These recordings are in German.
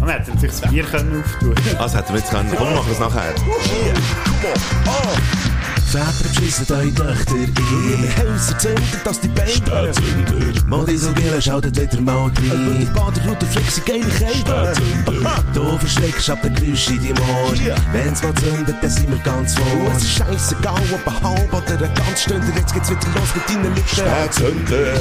natürlich das Bier können auftun Ah, das hätten wir jetzt können. Komm, machen wir es nachher. Väter beschissen eure Töchter in. Ihre Häuser zünden, dass die Beine. Modisogele schaltet wieder mal rein. Die Baderroute flexen geile Kälte. Du verschreckst ab den Geräusch in deinem Ohr. Wenn's mal zündet, dann sind wir ganz vor. Es ist scheissegal, ob ein halb oder ein ganz Stunde. Jetzt geht's wieder los mit deinen Lippen.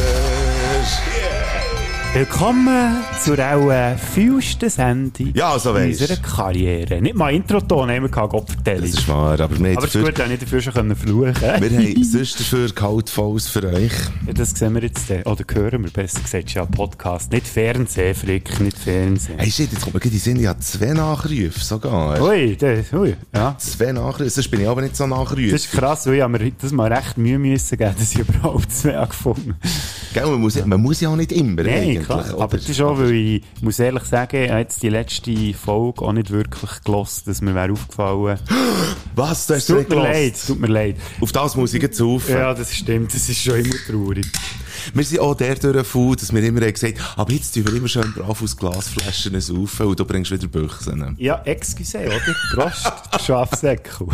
Willkommen zur auch äh, fünften Sendung Ja, also weisst. unserer Karriere. Nicht mal Introton haben wir gehabt, Gott Das vertelle. ist wahr, aber wir haben Aber es ist dafür, gut, auch nicht dafür schon können fluchen. wir haben sonst dafür Kaltfalls für euch. Das sehen wir jetzt, äh, oder hören wir besser gesagt, ist ja ein Podcast. Nicht Fernsehen, Frick, nicht Fernsehen. Hey, shit, jetzt kommt mir gerade in den Sinn, ich habe zwei Nachrufe sogar. Ui, das, ui, ja. Zwei Nachrufe, sonst bin ich aber nicht so Das ist Nachrufe. krass, weil ich habe mir das mal recht Mühe müssen geben, dass ich überhaupt zwei habe gefunden Gell, man muss, ja- man muss ja auch nicht immer Nein, eigentlich. klar. oder? Aber das ist auch, weil ich muss ehrlich sagen, ich habe jetzt die letzte Folge auch nicht wirklich gelost, dass mir wäre aufgefallen. Was, du hast Tut mir leid, leid. tut mir leid. Auf das muss ich jetzt auf. Ja, das stimmt, das ist schon immer traurig. Wir sind auch der durchgefahren, dass wir immer haben gesagt aber jetzt tun wir immer schön brav aus Glasflaschen saufen und du bringst wieder Büchsen. Ja, excuse, oder? Prost, Schafsäckel.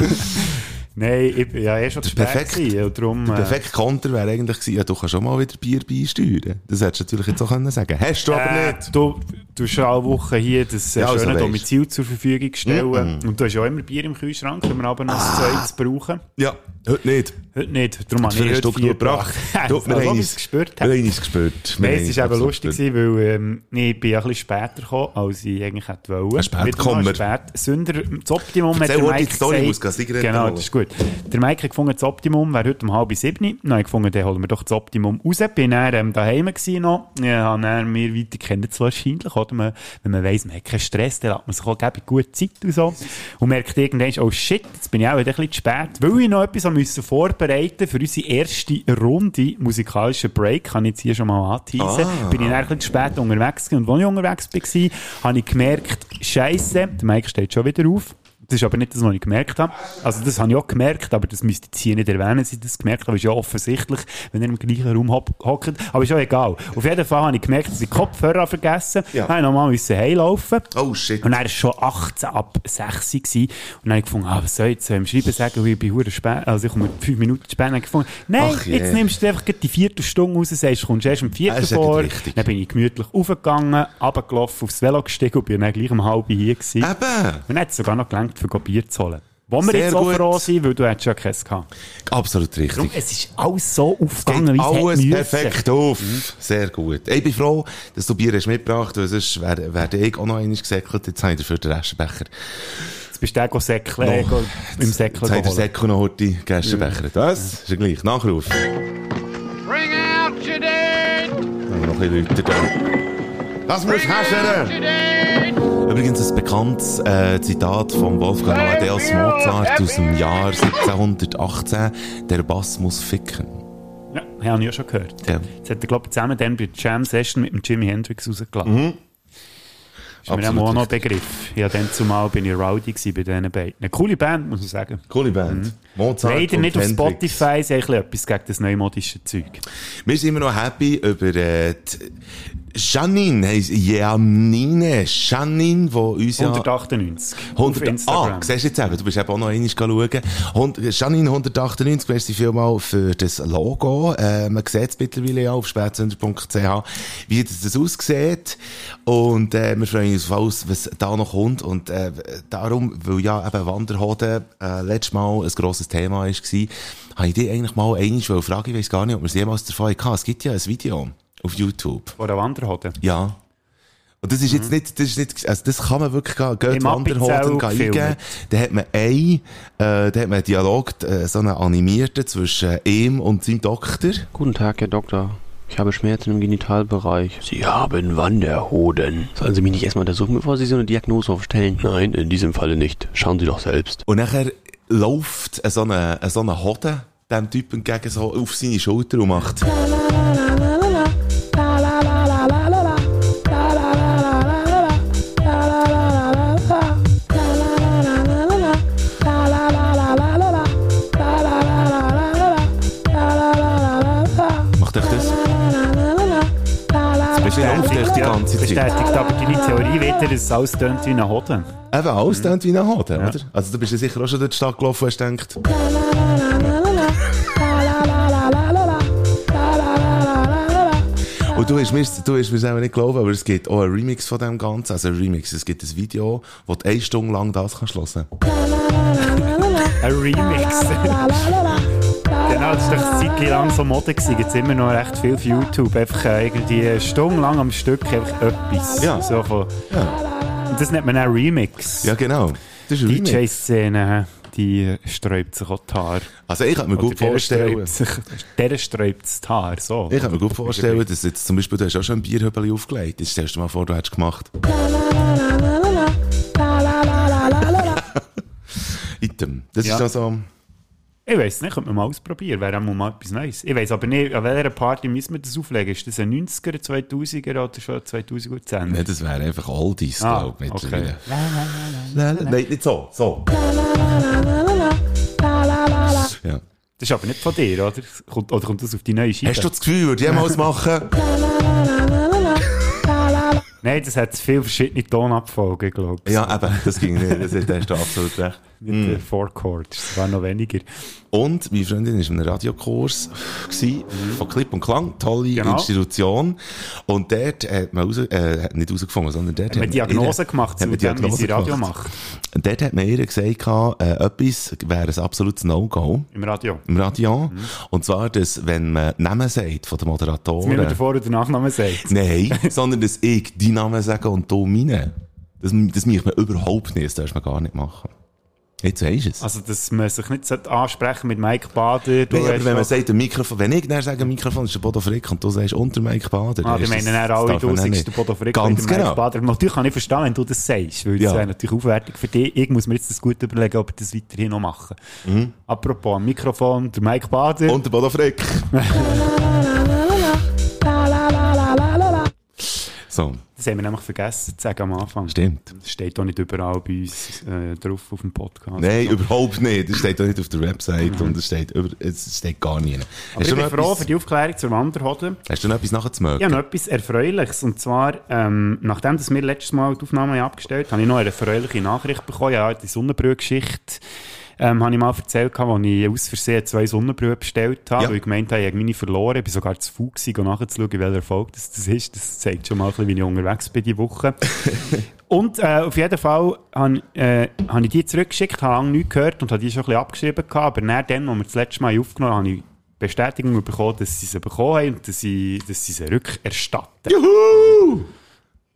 Nein, ich bin ja eh schon zu spät perfekt- gewesen, und darum... Der perfekte Konter wäre eigentlich gewesen, ja, du kannst schon mal wieder Bier beisteuern. Das hättest du natürlich jetzt auch können sagen Hast du aber Äh, nicht. du, du hast alle Woche hier das äh, Ja, also schöne weisst. Domizil zur Verfügung stellen. Und du hast ja auch immer Bier im Kühlschrank, wenn wir aber noch ah. zwei zu brauchen. Ja, heute nicht. Heute nicht, darum habe ich Vielleicht hast heute du vier genug gebracht. Du, Du, also, wir haben es gespürt. Wir haben. haben es gespürt. Wir Nein, haben es war eben absolut lustig, gespürt. gewesen, weil ähm, nee, ich bin ein bisschen später gekommen, als ich eigentlich hätte wollen. spät Wieder mal Kommer. Spät. Sünder, das Optimum Erzähl hat der heute die Mike Story, ich muss gesagt- gerade Zigaretten Genau, holen. das ist gut. Der Mike hat gefunden, das Optimum wäre heute um halb sieben. Dann habe ich gefunden, dann holen wir doch das Optimum raus. Bin dann ähm, daheim gewesen noch. Ja, habe dann mir weiter kennengelernt wahrscheinlich, oder? Man, wenn man weiss, man hat keinen Stress, dann hat man sich auch gäbe gute Zeit und so. Und merkt irgendwann, oh shit, jetzt bin ich auch wieder ein bisschen zu spät. Weil ich noch etwas habe müssen vorbereiten für unsere erste Runde musikalischen Break, kann ich jetzt hier schon mal anteasen. Ah. Bin ich dann ein bisschen zu spät unterwegs gewesen. Und als ich unterwegs war, habe ich gemerkt, Scheiße, der Mike steht schon wieder auf. Das ist aber nicht das, was ich gemerkt habe. Also das habe ich auch gemerkt, aber das müsste ich jetzt hier nicht erwähnen, dass ich das gemerkt habe. Ist ja offensichtlich, wenn ihr im gleichen Raum hock- hockt. Aber ist auch egal. Auf jeden Fall habe ich gemerkt, dass ich die Kopfhörer vergessen habe. Ja. Habe ich nochmal müssen heimlaufen. Oh shit. Und er war schon 18 ab 6 gewesen. Und dann habe ich gefunden, ah, was soll ich jetzt äh, im Schreiben sagen, weil ich bin hure spät, also ich komme 5 Minuten spät. Dann habe ich gefunden, nein, Ach je. jetzt nimmst du einfach gleich die Viertelstunde raus, sagst, kommst erst um Ah, Viertel ist ja vor. nicht richtig. Dann bin ich gemütlich aufgegangen, runtergelaufen, aufs Velo gestiegen und bin dann gleich um halb hier gewesen. Eben. Mir hat es sogar noch gelangt, für Bier zu holen. Wo wir Sehr jetzt auch gut. froh sind, weil du hättest ja keins gehabt. Absolut richtig. Darum, es ist alles so aufgegangen, wie es Geht hätte alles müssen. Mhm. perfekt auf. Sehr gut. Ich bin froh, dass du Bier hast mitgebracht, weil sonst wäre wär ich auch noch einmal gesäckelt. Jetzt habe ich dafür den Restenbecher. Jetzt bist du auch Säckle, äh, Noch. im Jetzt Säckle hat der geholt. Säckel noch heute Gerstenbecher. Das ist ja gleich. Nachruf. Dann Bring out your date! haben wir noch ein bisschen lauter da. Das muss haschern! Übrigens ein bekanntes äh, Zitat von Wolfgang Amadeus Mozart aus dem Jahr 1718. Der Bass muss ficken. Ja, habe ich ja schon gehört. Ja. Das hat er, glaube ich, zusammen dann bei der Jam Session mit dem Jimi Hendrix rausgelassen. Ist mir Mhm, Absolut dann auch noch ein Begriff. Ja, dann zumal bin ich rowdy gewesen bei diesen beiden. Eine coole Band, muss man sagen. Coole Band. Mozart Leider und Mhm. nicht auf Hendrix. Spotify, sie haben ein bisschen etwas gegen das neumodische Zeug. Wir sind immer noch happy über äh, die Janine, heisst Janine, Janine, die uns ja... 198 auf 100 Instagram. Ah, siehst du jetzt eben, du bist eben auch noch einmal schauen. Und Janine 198, merci vielmals für das Logo. Äh, man sieht es mittlerweile ja auf spätsünder.ch, wie das, das aussieht. Und äh, wir freuen uns auf alles, was da noch kommt. Und äh, darum, weil ja eben Wanderhoden äh, letztes Mal ein grosses Thema war, habe ich dich eigentlich mal einmal fragen, ich weiss gar nicht, ob wir es jemals davon hatten. Es gibt ja ein Video auf YouTube. Vor einer Wanderhoden. Ja. Und das ist jetzt nicht, das ist nicht, also das kann man wirklich gehen, geht Mhm. Im Wanderhoden Appenzell eingeben. gefilmt. Da hat man ein, äh, da hat man einen Dialog, äh, so einen animierten zwischen äh, ihm und seinem Doktor. Guten Tag, Herr Doktor. Ich habe Schmerzen im Genitalbereich. Sie haben Wanderhoden. Sollen Sie mich nicht erstmal untersuchen, bevor Sie so eine Diagnose aufstellen? Nein, in diesem Falle nicht. Schauen Sie doch selbst. Und nachher läuft ein so eine, ein so eine Hoden dem Typen entgegen so auf seine Schulter und macht. Macht euch das? Jetzt bestätigt die ganze Zeit. bestätigt aber deine Theorie wieder, dass es alles tönt wie ein Hoden. Eben, alles Mhm. klingt wie ein Hoden, oder? Also du bist ja sicher auch schon durch die Stadt gelaufen und hast gedacht, Und du hast mir du hast mir's eben nicht glauben, aber es gibt auch einen Remix von dem Ganzen. Also ein Remix, es gibt ein Video, wo du eine Stunde lang das kannst hören. Ein Remix. genau, das war doch eine Zeit lang so Mode. Es gibt immer noch recht viel auf YouTube. Einfach äh, irgendwie eine Stunde lang am Stück einfach etwas. Ja. So von, Ja, und das nennt man auch Remix. ja genau. Das ist ein Remix. DJ-Szene, die sträubt sich auch die Haare. Also ich kann mir gut Oder der sträubt vorstellen... sich- Der sträubt das Haar, so. Ich kann mir gut vorstellen, dass jetzt zum Beispiel, du hast auch schon ein Bierhöbeli aufgelegt. Das stellst du mal vor, du hättest gemacht. Item. Das Ja. ist also... Ich weiß nicht, könnte man mal ausprobieren, wäre auch mal etwas Neues. Ich weiß aber nicht, an welcher Party müssen wir das auflegen? Ist das ein 90er, 2000er oder schon 2010? Nein, das wäre einfach Aldis, Ah, glaube ich. okay. mittlerweile. Nein, nicht so. So. Ja. Das ist aber nicht von dir, oder? Kommt, oder kommt das auf die neue Scheibe? Hast du das Gefühl, würde ich jemals machen? Nein, das hat zu viele verschiedene Tonabfolgen, glaube ich. Ja, eben, das ging nicht. Das, da hast du absolut recht. Mit mm. Four Chords, das war noch weniger. Und meine Freundin war in einem Radiokurs gewesen, von Clip und Klang, tolle Mhm. Genau. Institution. Und dort hat man raus, äh, hat nicht herausgefunden, sondern dort Haben wir Diagnose ihr- gemacht hat zu man dem, wie Diagnose sie Radio gemacht. macht? Und dort hat man ihr gesagt, äh, etwas wäre ein absolutes No-Go Im Radio. im Radio. Mhm. Und zwar, dass wenn man Namen sagt von Wie den man Moderatoren, den Vor- und den Nachnamen sagt. nein, sondern dass ich die Namen sage und du meine. Das, das macht man überhaupt nicht, das darf man gar nicht machen. Jetzt weisst du es. Also, dass man sich nicht sollte ansprechen mit Mike Bader. Du Nein, aber hast wenn man doch- sagt, ein Mikrofon, wenn ich dann sage, ein Mikrofon ist der Bodo Frick und du sagst unter Mike Bader. Ah, dann die ist meinen dann das- alle, das darf man du dann sagst nicht. den Bodo Frick Ganz mit dem Mike genau. Bader. Natürlich kann ich verstehen, wenn du das sagst, weil das Ja. wäre natürlich Aufwertung für dich. Ich muss mir jetzt das gut überlegen, ob ich das weiterhin noch mache. Mhm. Apropos am Mikrofon, der Mike Bader. Und der Bodo Frick. so, Das haben wir nämlich vergessen zu sagen am Anfang. stimmt. Das steht auch nicht überall bei uns äh, drauf auf dem Podcast. Nein, überhaupt nicht. Das steht auch nicht auf der Website und es steht, über, es steht gar nie. Aber Hast ich du, bin noch froh etwas, für die Aufklärung zur Wanderhoden. hast du noch etwas nachher zu mögen? Ich habe noch etwas Erfreuliches. Und zwar, ähm, nachdem dass wir letztes Mal die Aufnahme haben abgestellt haben, habe ich noch eine erfreuliche Nachricht bekommen. Ja, die Sonnenbrühe-Geschichte ähm, habe ich mal erzählt, als ich aus Versehen zwei Sonnenbrühe bestellt habe, Ja. weil ich gemeint habe, ich habe meine verloren. Ich bin sogar zu faul gewesen, um nachzuschauen, welcher Erfolg das, das ist. Das zeigt schon mal, ein bisschen, wie ich unterwegs bin diese Woche. Und äh, auf jeden Fall habe äh, habe ich die zurückgeschickt, habe lange nichts gehört und habe die schon ein bisschen abgeschrieben. Gehabt, aber nach dem, als wir das letzte Mal aufgenommen haben, habe ich Bestätigung bekommen, dass sie sie bekommen haben und dass sie, dass sie sie rückerstatten. Juhu!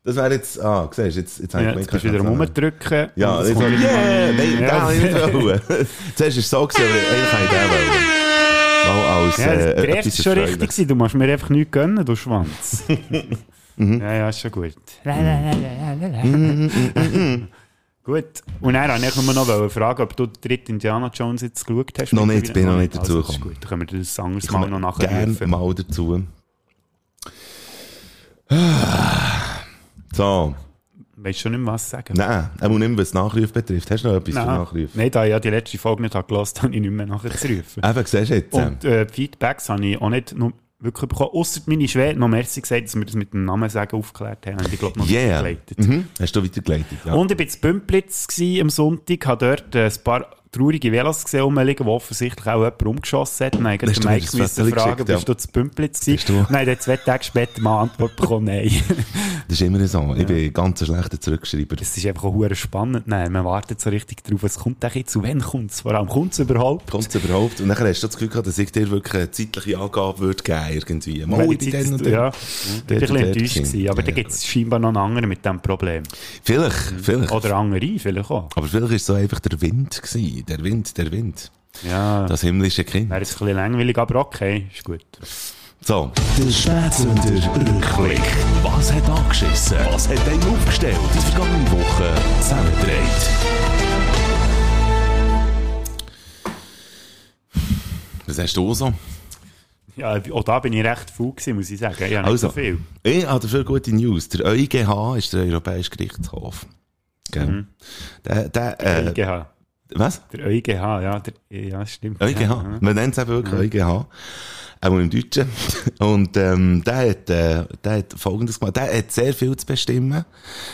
Das wäre jetzt, ah, siehst du, jetzt, jetzt habe Ja, ich jetzt gemerkt, bist du ich wieder am kann es Rummedrücken. auch- Ja, Und es jetzt kommt habe ich, wieder mal- yeah, nein, den Ja. habe ich nicht wollen. Zuerst war es so, gewesen, aber eigentlich habe ich den wollen. Mal als, Ja, äh, der erste etwas ist schon Erfreuliches. richtig gewesen. Du musst mir einfach nichts gönnen, du Schwanz. Mhm. Mhm. Ja, ja, ist schon gut. Mhm. mhm. gut. Und dann wollte ich nur noch wollen fragen, ob du den dritten Indiana Jones jetzt geschaut hast. Noch nicht, bin noch nicht Also, das ist dazugekommen. gut. Dann können wir das anderes Ich Mal komme noch nachher gerne prüfen. mal dazu. Ah. So, Weißt du schon nicht mehr, was zu sagen? nein, er muss nicht mehr, was Nachrufe betrifft. Hast du noch etwas für Nein, Nachrufe? Nein, da ich ja die letzte Folge nicht habe gehört, habe ich nicht mehr nachzurufen. Eben, siehst du jetzt. ähm, Und äh, die Feedbacks habe ich auch nicht nur wirklich bekommen. Ausser meine Schwede noch merci gesagt, dass wir das mit dem Namen sagen aufgeklärt haben. Haben die, glaube ich, noch nicht Yeah. begleitet. Mhm. Hast du weitergeleitet? Ja. Und ich war in Bümplitz gsi am Sonntag, habe dort äh, ein paar traurige Velos gesehen rumliegen, die offensichtlich auch jemand rumgeschossen hat. Und dann Hast musste du mir Mike das müssen Foto fragen, geschickt, ja. bist du zu Bümplitz gsi? du? Nein, dann zwei Tage später mal Antwort bekommen, nein. Das ist immer so. Ich bin ganz ein schlechter Zurückschreiber. Es ist einfach auch verdammt spannend. Nein, man wartet so richtig drauf, was kommt denn jetzt und wann kommt es? Vor allem, kommt es überhaupt? Kommt es überhaupt? Und dann hast du das Gefühl gehabt, dass ich dir wirklich eine zeitliche Angabe würde geben irgendwie. Mal Welche in Zeit den es- Oh, und den. ja, ich bin ein bisschen dort enttäuscht sind. gewesen, aber Ja, da ja. gibt es scheinbar noch einen anderen mit diesem Problem. Vielleicht, vielleicht. Mhm. Oder andere vielleicht auch. Aber vielleicht war es so einfach der Wind. Gewesen. Der Wind, der Wind. Ja, Das himmlische Kind. wäre jetzt ein bisschen langweilig, aber okay, ist gut. So. Der Spätsünder Rückblick. Was hat angeschissen? Was hat einen aufgestellt? Die vergangene Woche zusammengedreht. Was hast du so? Ja, auch da bin ich recht faul gewesen, muss ich sagen. Ja, nicht Also, so viel. ich habe dafür gute News. Der EuGH ist der Europäische Gerichtshof. Gell? Der, der, äh, EuGH. was? E Der EuGH, E ja, der, ja, stimmt. EuGH. Ja, ja. Man nennt es eben wirklich EuGH. E auch im Deutschen. Und ähm, der, hat, äh, der hat Folgendes gemacht. Der hat sehr viel zu bestimmen.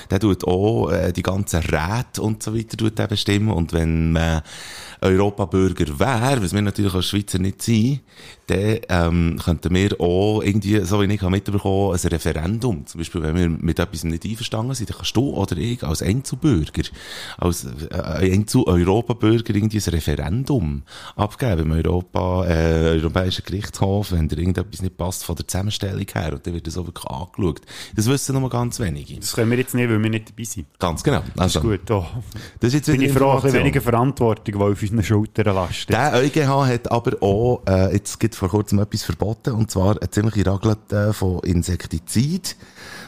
Der tut auch äh, die ganzen Räte und so weiter tut der bestimmen. Und wenn man Europabürger wäre, was wir natürlich als Schweizer nicht sind, dann ähm, könnten wir auch irgendwie, so wie ich habe mitbekommen ein Referendum. Zum Beispiel, wenn wir mit etwas nicht einverstanden sind, dann kannst du oder ich als Einzelbürger, als äh, Einzel-Europabürger irgendwie ein Referendum abgeben im Europa, äh, Europäischen Gerichtshof, wenn dir irgendetwas nicht passt von der Zusammenstellung her. Und dann wird das auch wirklich angeschaut. Das wissen nur ganz wenige. Das können wir jetzt nicht, weil wir nicht dabei sind. Ganz genau. Das Also, ist gut. Oh. das ist jetzt Bin wieder ich froh, ein bisschen Information. weniger Verantwortung, die auf unseren Schultern lastet. Der EuGH hat aber auch, äh, jetzt gibt vor kurzem etwas verboten, und zwar eine ziemliche Raglet äh, von Insektizid.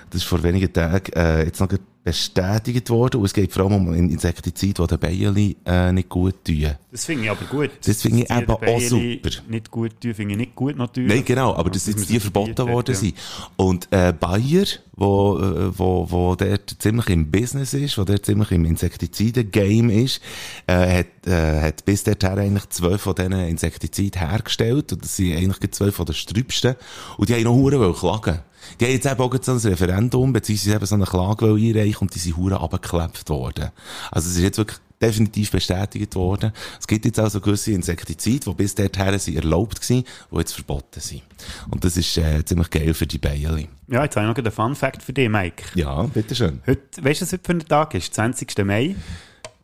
Das ist vor wenigen Tagen äh, jetzt noch gerade bestätigt worden. Und es geht vor allem um ein Insektizid, das den Bienen äh, nicht gut tun. Das finde ich aber gut. Das finde ich Dass die eben auch Bienen super. Nicht gut tun, finde ich nicht gut natürlich. Nein, genau, aber dass das sind man die sie verboten verbieten, worden ja. sind. Und äh, Bayer, wo, äh, wo, wo dort ziemlich im Business ist, wo dort ziemlich im Insektiziden-Game ist, äh, hat, äh, hat bis dorthin eigentlich zwei von diesen Insektiziden hergestellt. Und das sind eigentlich gerade zwei von den strübsten. Und die haben noch Huren wollen klagen. Die haben jetzt eben auch gerade so ein Referendum, beziehungsweise eben so eine Klage wollen einreichen und die sind Huren abgeklebt worden. Also es ist jetzt wirklich definitiv bestätigt worden. Es gibt jetzt also gewisse Insektizide, die bis dorthin sind erlaubt waren, die jetzt verboten sind. Und das ist äh, ziemlich geil für die Bienen. Ja, jetzt habe ich noch einen Fun Fact für dich, Mike. Ja, bitteschön. Heute, weißt du, was heute für ein Tag ist? 20. Mai?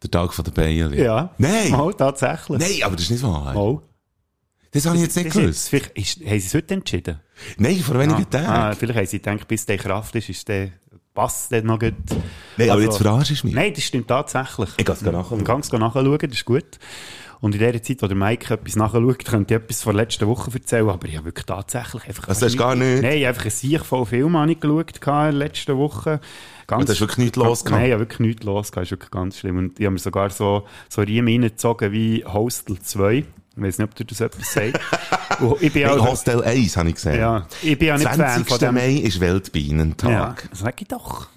Der Tag von der Bienen. Nein! Mal, tatsächlich. Nein, aber das ist nicht wahr. Mal. Das habe ich jetzt nicht Ist jetzt, gewusst. vielleicht ist, haben sie es heute entschieden? Nein, vor wenigen Ah, Tagen. vielleicht haben sie gedacht, bis der in Kraft ist, ist der, passt der noch gut. Nein, aber Also- jetzt verarschst du mich. Nein, das stimmt tatsächlich. Ich kann's nachschauen. Du kannst es nachschauen, das ist gut. Und in der Zeit, wo der Mike etwas nachschaut, könnte ich etwas von der letzten Woche erzählen, aber ich habe wirklich tatsächlich einfach... Also hast du gar nicht? Nein, ich habe einfach einen Sieg voll Film angeschaut in der letzten Woche. Ganz, Und da ist wirklich nichts los gehabt? Nein, ich habe wirklich nichts los gehabt, ist wirklich ganz schlimm. Und ich habe mir sogar so, so Riemen reingezogen wie Hostel 2. Ich weiß nicht, ob du das etwas sagst. Und ich bin Nein, auch- Hostel 1 habe ich gesehen. ja, ich bin ja nicht Fan von 20. dem. Mai ist Ja, Weltbienentag. sag ich doch.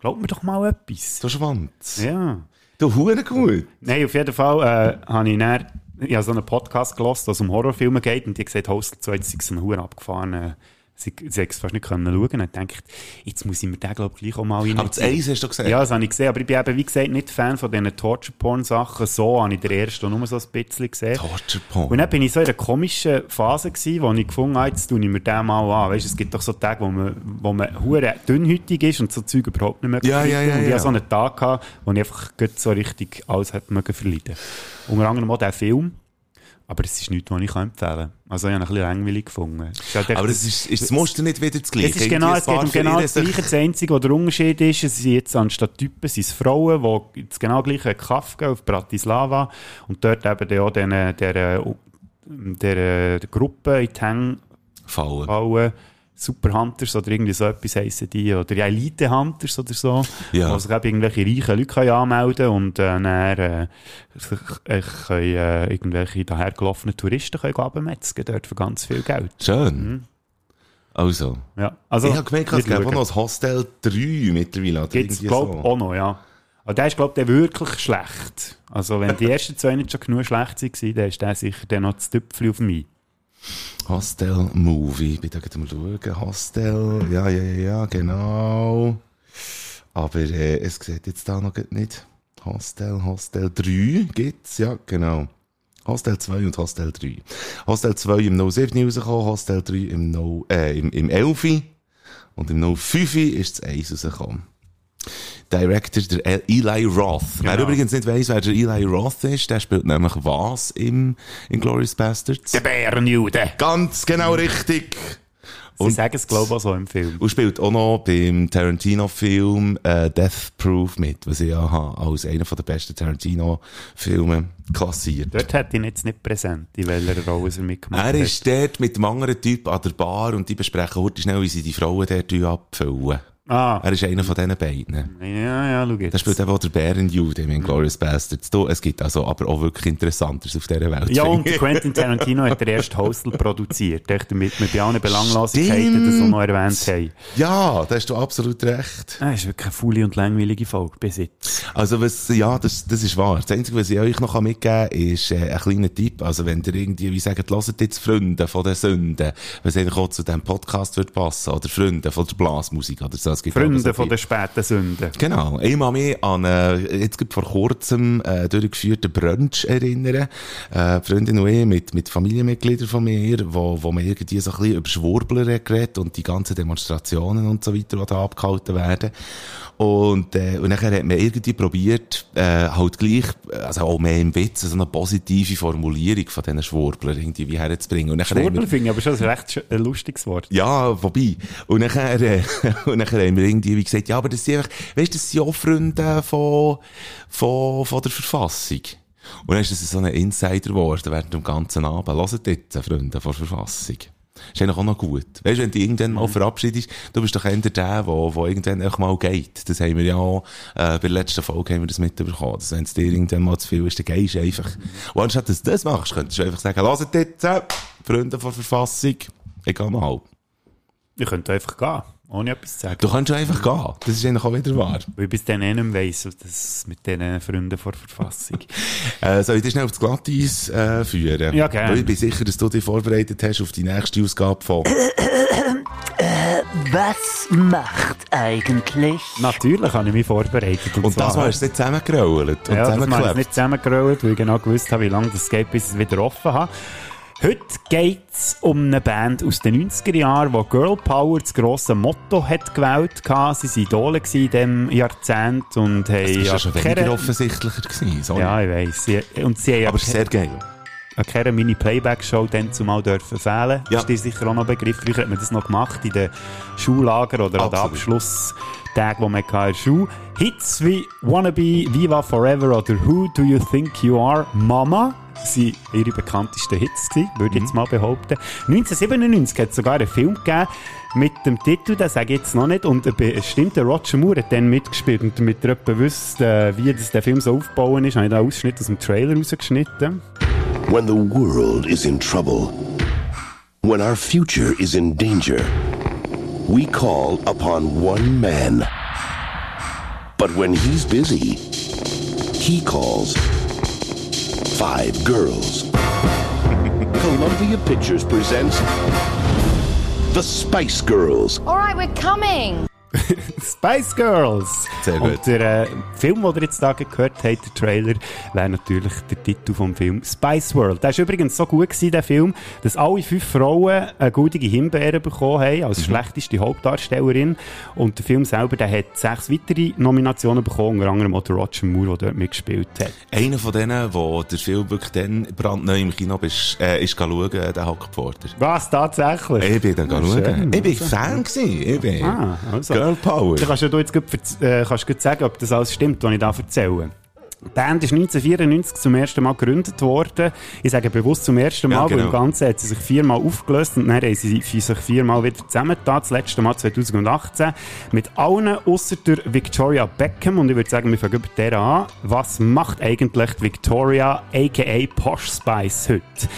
Glaub mir doch mal etwas. Du Schwanz. Ja. Du Huren gut. Nein, auf jeden Fall äh, habe ich dann, ich habe so einen Podcast gehört, wo es um Horrorfilme geht und die gesagt, Hostel 2 sei so ein Huren abgefahren. Äh, sie sie es fast nicht können schauen. Und denkt, jetzt muss ich mir den, glaube ich, gleich auch mal rein. Aber das Eis hast du gesehen. Ja, das habe ich gesehen, aber ich bin eben, wie gesagt, nicht Fan von diesen Torture-Porn-Sachen. So habe ich den ersten nur so ein bisschen gesehen. Torture Und Porn. dann bin ich so in einer komischen Phase gewesen, wo ich gefunden habe, jetzt tue ich mir den mal an. Weißt, es gibt doch so Tage, wo man, wo man hure dünnhütig ist und so Zeug überhaupt nicht mehr Ja, ja, verleiden. ja, Und ich ja. hatte so einen Tag, gehabt, wo ich einfach gut so richtig alles hätte mögen verleiden. Unter anderem auch diesen Film. Aber es ist nichts, was ich empfehlen kann. Also ich habe ihn ein bisschen langweilig gefunden. Es ist halt echt- Aber das ist, ist, das Muster nicht wieder das Gleiche. es ist genau, Irgendwie es geht um ein paar genau das verirren sich. Gleiche. Das Einzige, was der Unterschied ist, es sind jetzt anstatt Typen, sind es Frauen, die jetzt genau gleich einen Kaff gehen auf Bratislava und dort eben dann auch den, der, der, der, der Gruppe in die Hänge Fallen. fallen. Superhunters oder irgendwie so etwas heissen die, oder ja, Elite-Hunters oder so, Ja. wo sich eben irgendwelche reichen Leute können anmelden und äh, dann äh, sich, äh, können, äh, irgendwelche dahergelaufenen Touristen können abmetzgen dort für ganz viel Geld. Schön. Also. Ja. Mhm. Also, ich habe gemerkt, es nicht gäbe auch schauen. noch das Hostel 3 mittlerweile. oder Gibt es, irgendwie glaube so. auch noch, ja. Aber der ist, glaube ich, wirklich schlecht. Also, wenn die ersten zwei nicht schon genug schlecht waren, dann ist der sicher dann noch das Tüpfchen auf mich. Hostel Movie. Bin da gerade mal schauen. Hostel. Ja, ja, ja, ja, genau. Aber äh, es sieht jetzt da noch grad nicht. Hostel, Hostel 3 gibt's, ja, genau. Hostel 2 und Hostel 3. Hostel 2 im No 7 rausgekommen, Hostel 3 im No, äh, im, im 11 und im No 5 ist das 1 rausgekommen. Director der El- Eli Roth. Wer Genau. übrigens nicht weiss, wer der Eli Roth ist, der spielt nämlich was im, in Glorious Bastards? Bärenjude! Ganz genau richtig. Sie Und- sagen es, glaube ich, auch so im Film. Und spielt auch noch beim Tarantino-Film äh, Death Proof mit, was ich ja habe, als einer der besten Tarantino-Filme klassiert. Dort hätte ich ihn jetzt nicht präsent, in welcher Rolle er mitgemacht Er hat. ist dort mit dem anderen Typ an der Bar und die besprechen heute schnell, wie sie die Frauen dort abfüllen. Ah. Er ist einer von diesen beiden. Ja, ja, schau jetzt. Da spielt eben auch der Baron Jude Mhm. in Glorious Bastards. Du, es gibt also aber auch wirklich Interessantes auf dieser Welt. ja, und finde ich. Quentin Tarantino hat den ersten Hostel produziert, echt damit wir bei allen Belanglosigkeiten das auch noch erwähnt haben. ja, da hast du absolut recht. Das Ah, ist wirklich eine faule und langweilige Folge bis jetzt. Also, was, ja, das, das ist wahr. Das Einzige, was ich euch noch mitgeben kann, ist äh, ein kleiner Tipp. Also, wenn ihr irgendwie wie sagt, hört jetzt Freunde von den Sünden, was eigentlich auch zu diesem Podcast wird passen, oder Freunde von der Blasmusik, oder so. Es gibt auch so Freunde von viel. der späten Sünde. Genau. Ich muss mich an äh, jetzt gerade vor kurzem äh, durchgeführten Brunch erinnern. Äh, die Freundin und ich mit, mit Familienmitgliedern von mir, wo, wo man irgendwie so ein bisschen über Schwurbler hat geredet und die ganzen Demonstrationen und so weiter, die da abgehalten werden. Und, äh, und nachher hat man irgendwie probiert, äh, halt gleich, äh, also auch mehr im Witz, so eine positive Formulierung von diesen Schwurblern irgendwie wie herzubringen. Und nachher haben wir- Schwurbel finde ich aber schon ein recht sch- äh, lustiges Wort. ja, wobei. Und nachher, äh, und nachher haben wir irgendwie wie gesagt, ja, aber das sind einfach, weißt du, das sind auch Freunde von, von, von der Verfassung. Und dann ist das so ein Insider geworden während dem ganzen Abend. Hört jetzt, äh, Freunde von der Verfassung. Ist eigentlich auch noch gut. Weißt du, wenn du irgendwann mal verabschiedest, du bist doch eher der, der, der irgendwann auch mal geht. Das haben wir ja auch, äh, bei der letzten Folge haben wir das mitbekommen. Dass wenn es dir irgendwann mal zu viel ist, dann gehst du einfach. Und anstatt dass du das machst, könntest du einfach sagen, hört jetzt, äh, Freunde von der Verfassung. Egal mal. Ihr könnt einfach gehen, ohne etwas zu sagen. Du kannst schon einfach gehen. Das ist eigentlich auch wieder wahr. Weil ich bis dann eh nicht mehr weiss, was das mit diesen Freunden vor Verfassung. Äh, soll ich dich schnell aufs Glatteis äh, führen? Ja, gerne. Weil ich bin sicher, dass du dich vorbereitet hast auf die nächste Ausgabe von... Eh, Was macht eigentlich? Natürlich habe ich mich vorbereitet. Und das zwar- Mal hast du nicht zusammengerollt und ja, das habe ich zusammengeklebt. nicht zusammengerollt, weil ich genau gewusst habe, wie lange das geht, bis ich es wieder offen habe. Heute geht es um eine Band aus den 90er Jahren, die Girl Power das grosse Motto hat gewählt hatte. Sie waren Idole gewesen in diesem Jahrzehnt und Das haben ist ja an schon keiner- weniger offensichtlicher gewesen, sorry. Ja, ich weiss. Sie, und sie haben Aber an es ist sehr geil. an keiner Mini-Playback-Show dann zumal dürfen fehlen. Ja. Ist dir sicher auch noch ein Begriff? Früher hat man das noch gemacht in den Schullagern oder an den Absolut. Abschlusstagen, die man hatte in der Schule Hits wie Wannabe, Viva Forever oder Who Do You Think You Are, Mama sind ihre bekanntesten Hits gewesen, würde Mhm. ich jetzt mal behaupten. 1997 hat es sogar einen Film gegeben mit dem Titel, den sage ich jetzt noch nicht, und ein bestimmter Roger Moore hat dann mitgespielt und damit ihr etwa wisst, äh, wie das der Film so aufgebaut ist, habe ich da einen Ausschnitt aus dem Trailer rausgeschnitten. When the world is in trouble, when our future is in danger, we call upon one man. But when he's busy, he calls five girls. Columbia Pictures presents The Spice Girls. All right, we're coming. Spice Girls. Sehr gut. Und der äh, Film, den ihr jetzt da gehört habt, der Trailer, wäre natürlich der Titel vom Film Spice World. Der war übrigens so gut, gewesen, der Film, dass alle fünf Frauen eine gültige Himbeere bekommen haben, Mhm. als schlechteste Hauptdarstellerin. Und der Film selber, der hat sechs weitere Nominationen bekommen, unter anderem auch der Roger Moore, der dort mitgespielt hat. Einer von denen, der der Film wirklich dann brandneu im Kino bist, äh, ist schauen, äh, der Hackpforter. Was, tatsächlich? Ich bin da schauen. schön. Ich bin Fan gewesen. Ich bin Ah, also. Girl Power. Dann kannst ja du jetzt gut, verz- äh, kannst gut sagen, ob das alles stimmt, was ich da erzähle. Die Band ist 1994 zum ersten Mal gegründet worden. Ich sage bewusst zum ersten Mal, Ja, genau. weil im Ganzen hat sie sich viermal aufgelöst und dann haben sie sie sich viermal wieder zusammengetan. Das letzte Mal 2018 mit allen außer der Victoria Beckham. Und ich würde sagen, wir fangen über der an. Was macht eigentlich die Victoria aka Posh Spice heute?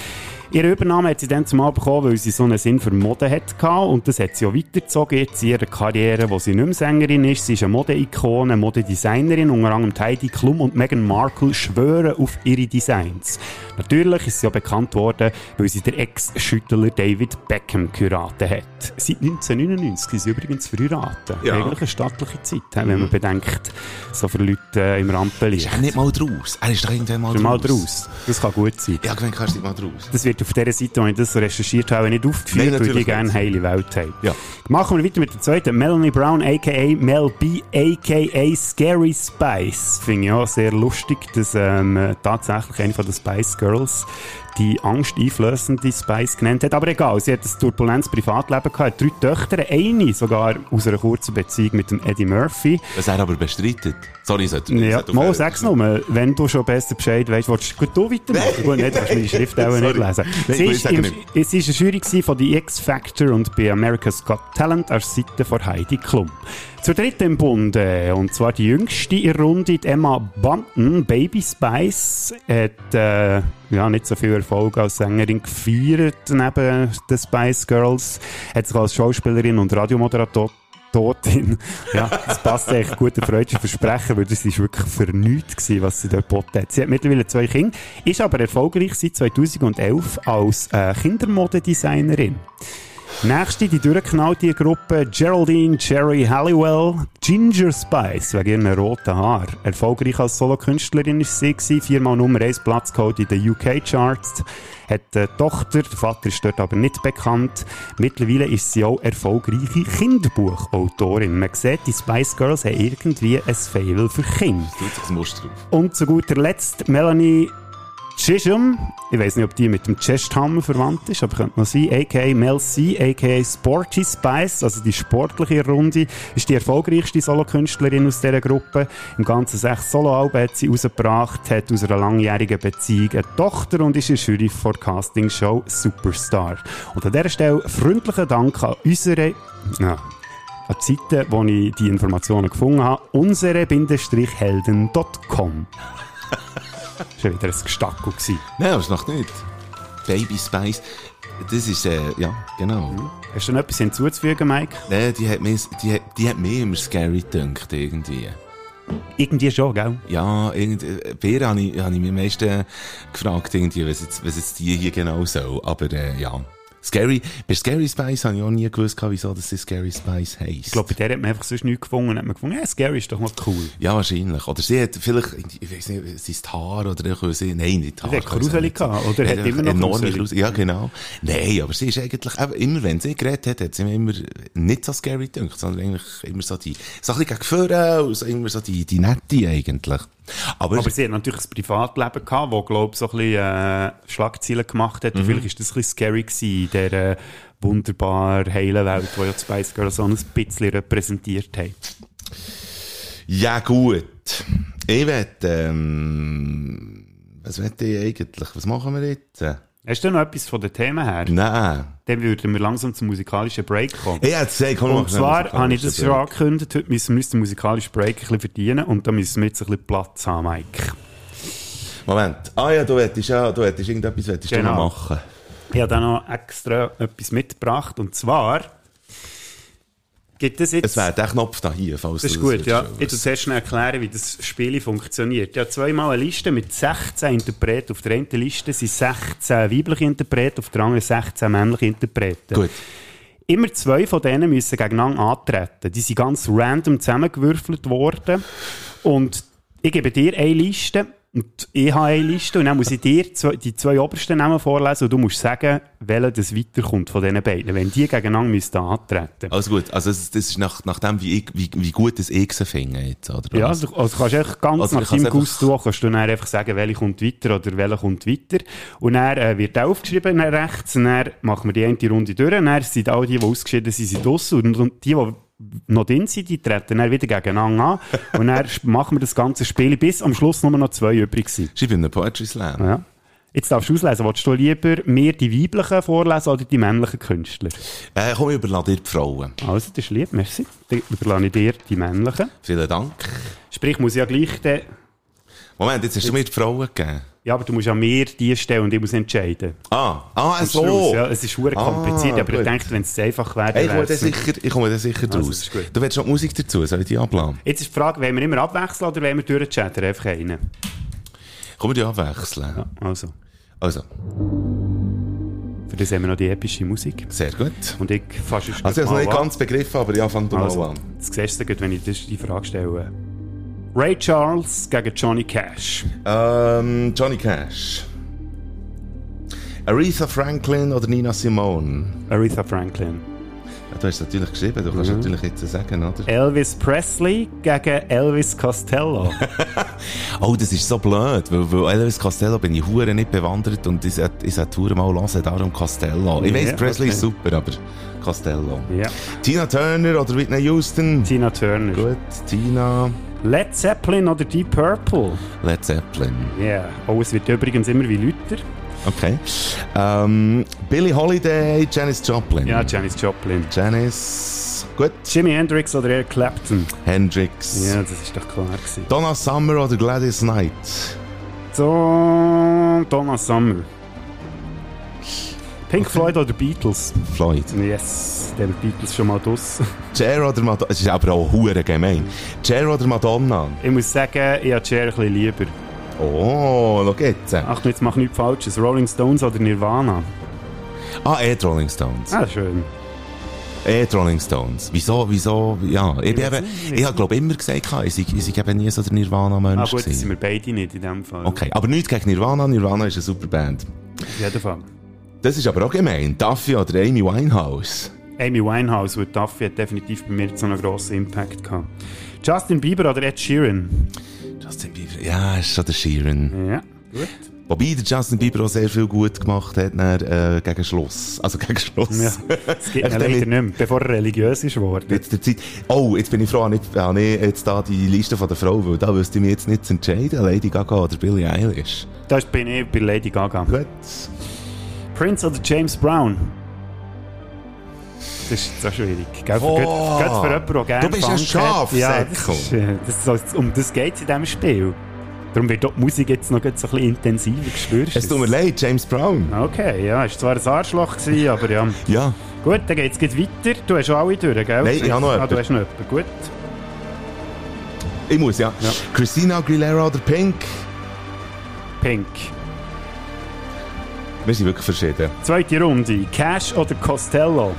Ihre Übernahme hat sie dann zumal bekommen, weil sie so einen Sinn für Mode hatte. Und das hat sie auch weitergezogen jetzt in ihrer Karriere, wo sie nicht mehr Sängerin ist. Sie ist eine Mode-Ikone, Modedesignerin. Unter anderem Heidi Klum und Meghan Markle schwören auf ihre Designs. Natürlich ist sie auch bekannt worden, weil sie den Ex-Schüttler David Beckham geheiratet hat. Seit 1999 ist sie übrigens verheiratet. Ja. Eigentlich eine stattliche Zeit, hä, wenn man bedenkt, so für Leute äh, im Rampenlicht. Ist er nicht mal draus? Er ist doch irgendwann mal Ist er draus. Mal draus. Das kann gut sein. Ja, gewinn kannst du nicht mal draus. Das wird auf dieser Seite, wo ich das so recherchiert habe, nicht aufgeführt, Nein, weil die natürlich gerne nicht. heile Welt haben. Ja. Machen wir weiter mit der zweiten. Melanie Brown, a.k.a. Mel B, a.k.a. Scary Spice. Finde ich auch sehr lustig, dass ähm, tatsächlich eine von den Spice Girls die angsteinflößende Spice genannt hat. Aber egal, sie hat ein turbulentes Privatleben gehabt, hat drei Töchter, eine sogar aus einer kurzen Beziehung mit dem Eddie Murphy. Was er aber bestreitet. Sorry, sollte Ja, mal sag's nur, wenn du schon besser Bescheid weißt, willst du du weitermachen? Gut, nicht, willst du meine Schrift auch nicht Sorry. lesen. Nein, Sie ich ist sage im, nicht. es war eine Jury gewesen von The X Factor und bei America's Got Talent an der Seite von Heidi Klum. Zur dritten im Bunde, und zwar die jüngste in der Runde, die Emma Bunton, Baby Spice, hat äh, ja, nicht so viel Erfolg als Sängerin gefeiert neben den Spice Girls, hat sich als Schauspielerin und Radiomoderatorin Totin. Ja, das passt eigentlich gut der Freude zu versprechen, weil das ist wirklich für nichts gewesen, was sie dort geboten hat. Sie hat mittlerweile zwei Kinder, ist aber erfolgreich seit 2011 als äh, Kindermodedesignerin. Nächste, die durchgeknallte Gruppe Geraldine Cherry Halliwell, Ginger Spice, wegen ihren roten Haar. Erfolgreich als Solokünstlerin war sie, gewesen, viermal Nummer 1 Platz geholt in den UK-Charts, hat eine Tochter, der Vater ist dort aber nicht bekannt. Mittlerweile ist sie auch erfolgreiche Kinderbuchautorin. Man sieht, die Spice Girls haben irgendwie ein Faible für Kinder. Tut sich das Muster auf. Und zu guter Letzt Melanie Chisholm. Ich weiß nicht, ob die mit dem Chesthammer verwandt ist, aber könnte noch sein. A.k.a. Mel C, a.k.a. Sporty Spice, also die sportliche Runde, ist die erfolgreichste Solokünstlerin aus dieser Gruppe. Im ganzen sechs Soloalben hat sie rausgebracht, hat aus einer langjährigen Beziehung eine Tochter und ist in der Jury vor Castingshow Superstar. Und an dieser Stelle freundlichen Dank an unsere... Ja, an die Seite, wo ich die Informationen gefunden habe, unsere-helden.com. Das war wieder ein Gestackel. gewesen. Nein, aber es noch nicht. Baby Spice. Das ist, äh, ja, genau. Hast du noch etwas hinzuzufügen, Mike? Nein, die hat mir, die hat, die hat mir immer scary gedacht, irgendwie. Irgendwie schon, gell? Ja, irgend, bei ihr habe ich, habe ich mich am meisten gefragt, irgendwie, was jetzt, was jetzt die hier genau soll. Aber, äh, ja. Scary, bei Scary Spice habe ich auch nie gewusst, wieso das Scary Spice heisst. Ich glaube, bei der hat man einfach sonst nichts gefunden. Hat man gefunden, ja, Scary ist doch mal cool. Ja, wahrscheinlich. Oder sie hat vielleicht, ich weiß nicht, sie ist Haar oder ich weiß nicht, nein, nicht Haar. hat kann ich Kruseli nicht sagen. gehabt, oder? Hat immer noch enorme Kruseli. Kruseli. Ja, genau. Nein, aber sie ist eigentlich, eben, immer wenn sie geredet hat, hat sie mir immer nicht so scary gedacht, sondern eigentlich immer so die, so ein bisschen gegen vorne und so immer so die, die Nette eigentlich. Aber, Aber sie hat natürlich ein Privatleben gehabt, das, glaube ich, so ein bisschen äh, Schlagzeilen gemacht hat. Und Vielleicht ist das ein bisschen scary gewesen, in dieser wunderbar heilen Welt, die ja die Spice Girls so ein bisschen repräsentiert haben. ja gut. Ich wette, ähm, was wette ich eigentlich? Was machen wir jetzt? Hast du noch etwas von den Themen her? Nein. Dann würden wir langsam zum musikalischen Break kommen. Ich hätte gesagt, komm, Und zwar habe ich das schon angekündigt, heute müssen wir uns den musikalischen Break ein bisschen verdienen und da müssen wir jetzt ein bisschen Platz haben, Mike. Moment. Ah ja, du hättest, ja, du hättest irgendetwas, hättest du Genau. noch machen. Ich habe da noch extra etwas mitgebracht und zwar gibt es jetzt... Es wäre der Knopf da hier, falls das ist du gut, ja. Ich willst. muss zuerst schnell erklären, wie das Spiel funktioniert. Ich habe zweimal eine Liste mit 16 Interpreten. Auf der einen Liste sind 16 weibliche Interpreten, auf der anderen 16 männliche Interpreten. Gut. Immer zwei von denen müssen gegeneinander antreten. Die sind ganz random zusammengewürfelt worden. Und ich gebe dir eine Liste und ich habe eine Liste und dann muss ich dir zwei, die zwei obersten Namen vorlesen und du musst sagen, welcher das weiterkommt von diesen beiden, wenn die gegeneinander müssen antreten Also gut, also das, das ist nach, nach dem, wie, ich, wie, wie gut das ich sie finde jetzt, oder? Ja, also, also kannst du echt ganz Also nach ich kann's deinem einfach- Gusto kannst du dann einfach sagen, welche kommt weiter oder welche kommt weiter. Und dann äh, wird der aufgeschrieben dann rechts, und dann machen wir die eine Runde durch, und dann sind all die, die ausgeschieden sind, sind draussen und und die, die noch drin sind, die treten dann wieder gegeneinander an und dann sch- machen wir das ganze Spiel, bis am Schluss nur noch zwei übrig sind. Schreib ihm einen Poetry Slam. Ja. Jetzt darfst du auslesen, willst du lieber mir die weiblichen vorlesen oder die männlichen Künstler? Äh, komm, ich überlade dir die Frauen. Also, das ist lieb, merci. Dann überlasse ich dir die männlichen. Vielen Dank. Sprich, muss ich ja gleich dann Moment, jetzt hast du mir die Frauen gegeben. Ja, aber du musst ja mir die stellen und ich muss entscheiden. Ah, ah, Am Schluss, so. Ja, es ist hure Ah, kompliziert, aber ich gut. denke, wenn es einfach wäre, Hey, ich komme wäre da sicher, ich komme da sicher Also, das draus. ist gut. Du willst noch die Musik dazu, soll ich die abladen? Jetzt ist die Frage, wollen wir immer abwechseln oder wollen wir durchchatten? Einfach einen. Komm, wir die abwechseln. Ja, also, Also, für das haben wir noch die epische Musik. sehr gut. Und ich fasse es Also, ich mal habe es noch nicht an. ganz genau begriffen, aber ja, fang du mal Also, an. das siehst du gut, wenn ich das die Frage stelle. Ray Charles gegen Johnny Cash. Ähm, Johnny Cash. Aretha Franklin oder Nina Simone? Aretha Franklin. Ja, du hast es natürlich geschrieben, du kannst natürlich jetzt sagen, oder? Elvis Presley gegen Elvis Costello. Oh, das ist so blöd, weil, weil Elvis Costello bin ich hure nicht bewandert und ich sollte ich sollte hure mal hören, darum Costello. Ich weiss, Ja, Presley ist okay. super, aber Costello. ja. Tina Turner oder Whitney Houston? Tina Turner. Gut, Tina, Led Zeppelin oder Deep Purple? Led Zeppelin. Ja. Oh, es wird übrigens immer wie Lüter. Okay. Ähm, Billie Holiday, Janis Joplin. Ja, Janis Joplin. Janis, gut. Jimi Hendrix oder Eric Clapton? Hendrix. Ja, das ist doch klar gewesen. Donna Summer oder Gladys Knight? So, Thomas Summer. Pink Floyd oder Beatles? Floyd. Yes, der Beatles schon mal draus. Cher oder Madonna? Es ist aber auch hure gemein. Cher oder Madonna? Ich muss sagen, ich habe Cher ein bisschen lieber. Oh, schau jetzt. Achtung, jetzt mach nichts Falsches. Rolling Stones oder Nirvana? Ah, eh die Rolling Stones. Ah, schön. Eh die Rolling Stones. Wieso, wieso, ja. Ich, bin weiß eben, nicht. ich habe glaube immer gesagt, ich sei, ich sei eben nie so der Ah, Nirvana-Mensch gut, das sind gewesen. wir beide nicht in dem Fall. Okay, aber nichts gegen Nirvana. Nirvana ist eine super Band. Auf jeden Fall. Das ist aber auch gemein. Duffy oder Amy Winehouse? Amy Winehouse, weil Duffy hat definitiv bei mir so einen grossen Impact gehabt. Justin Bieber oder Ed Sheeran? Justin Bieber. Ja, ist schon der Sheeran. Ja, gut. Wobei der Justin Bieber auch sehr viel gut gemacht hat, dann, äh, gegen Schluss. Also gegen Schluss. Ja, das geht mir Echt, der leider mit- nicht mehr, bevor er religiös ist worden. Jetzt der Zeit. Oh, jetzt bin ich froh, habe ich, habe ich jetzt da die Liste von der Frau, weil da wüsste ich mich jetzt nicht zu entscheiden, Lady Gaga oder Billie Eilish. Da bin ich bei Lady Gaga. Gut. Prince oder James Brown? Das ist so schwierig. Gell? Für, Oh. gerade, gerade für jemanden, der gerne Du bist ein Funk hat. Schaf, ja, das Säckel. ist, äh, das ist, Um das geht es in diesem Spiel. Darum wird auch die Musik jetzt noch gerade so ein bisschen intensiver gespürt. Es tut mir leid, James Brown. Okay, ja, ist zwar ein Arschloch gewesen, aber ja. Ja. Gut, dann geht's gleich weiter. Du hast alle durch, gell? Nein, ich habe noch Ah, du jemanden. hast noch jemanden. Gut. Ich muss, ja. Ja. Christina Aguilera oder Pink? Pink. Wir sind wirklich verschieden. Zweite Runde. Cash oder Costello?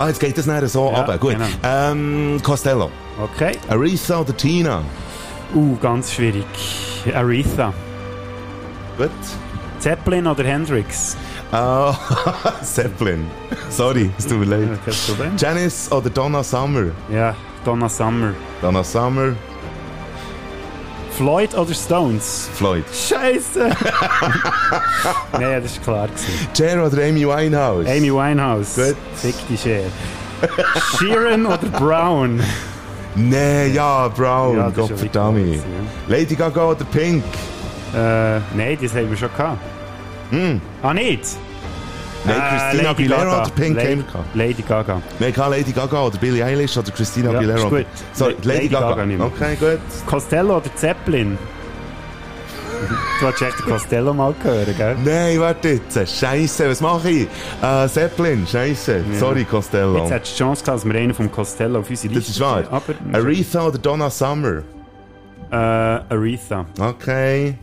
Ah, jetzt geht das näher so Ja, runter. Gut. genau. Ähm, Costello. Okay. Aretha oder Tina? Uh, ganz schwierig. Aretha. Gut. Zeppelin oder Hendrix? Ah, Zeppelin. Sorry, es tut mir leid. Kein Problem. Janice oder Donna Summer? Ja, Donna Summer. Donna Summer, Floyd oder Stones? Floyd. Scheiße! nee, das war klar. Gewesen. Cher oder Amy Winehouse? Amy Winehouse. Gut. Fick die Schere. Sheeran oder Brown? Nee, ja, Brown, Ja, ja, das ist ja Gottverdammt. wirklich cool gewesen, Lady Gaga oder Pink? Äh, nein, das haben wir schon gehabt. Ah, nicht? Nein, Äh, Hm. Christina Lady Aguilera Gaga. oder Pink Lady, haben wir gehabt. Lady Gaga. Nein, keine Lady Gaga oder Billie Eilish oder Christina Ja, Aguilera. ist oder- gut. Sorry, Lady Lady, Gaga. Gaga nehmen wir. okay, gut. Costello oder Zeppelin? du hast echt den Costello mal gehört, gell? Nein, warte jetzt. Scheiße, was mache ich? Äh, Zeppelin, scheiße. Sorry, Costello. Jetzt hättest du die Chance gehabt, dass wir einen vom Costello auf unsere Genau. Das Liste ist wahr. ziehen, Aber Aretha oder Donna Summer? Äh, Aretha. Okay.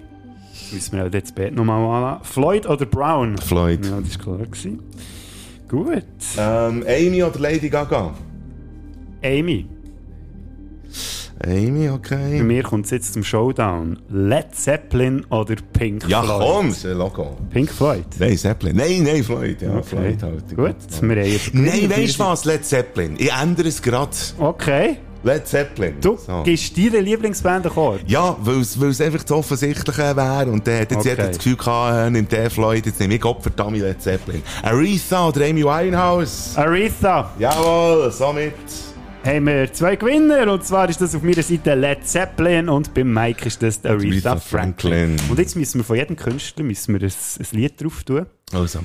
Müssen wir halt jetzt Bett nochmal anlassen. Floyd oder Brown? Floyd. Ja, das war klar. Gewesen. Gut. Ähm, Amy oder Lady Gaga? Amy, Amy, bei okay. mir kommt es jetzt zum Showdown. Led Zeppelin oder Pink Ja, Floyd? komm, ist ein Logo. Pink Floyd. Nein, Zeppelin. Nein, nein, Floyd. Ja, Okay. Floyd halt. Gut, wir haben jetzt... Nein, weißt du was? Led Zeppelin. Ich ändere es gerade. Okay. Led Zeppelin. Du So. gibst deiner Lieblingsband einen Chord. Ja, weil es einfach zu offensichtlich wäre. Und der hat jetzt Okay. jeder das Gefühl gehabt, äh, nimmt der Floyd, jetzt nehme ich Gottverdammt Led Zeppelin. Aretha oder Amy Winehouse? Aretha, Jawohl, somit. haben wir zwei Gewinner. Und zwar ist das auf meiner Seite Led Zeppelin und beim Mike ist das die Aretha Aretha Franklin. Franklin. Und jetzt müssen wir von jedem Künstler müssen wir ein, ein Lied drauf tun. Also.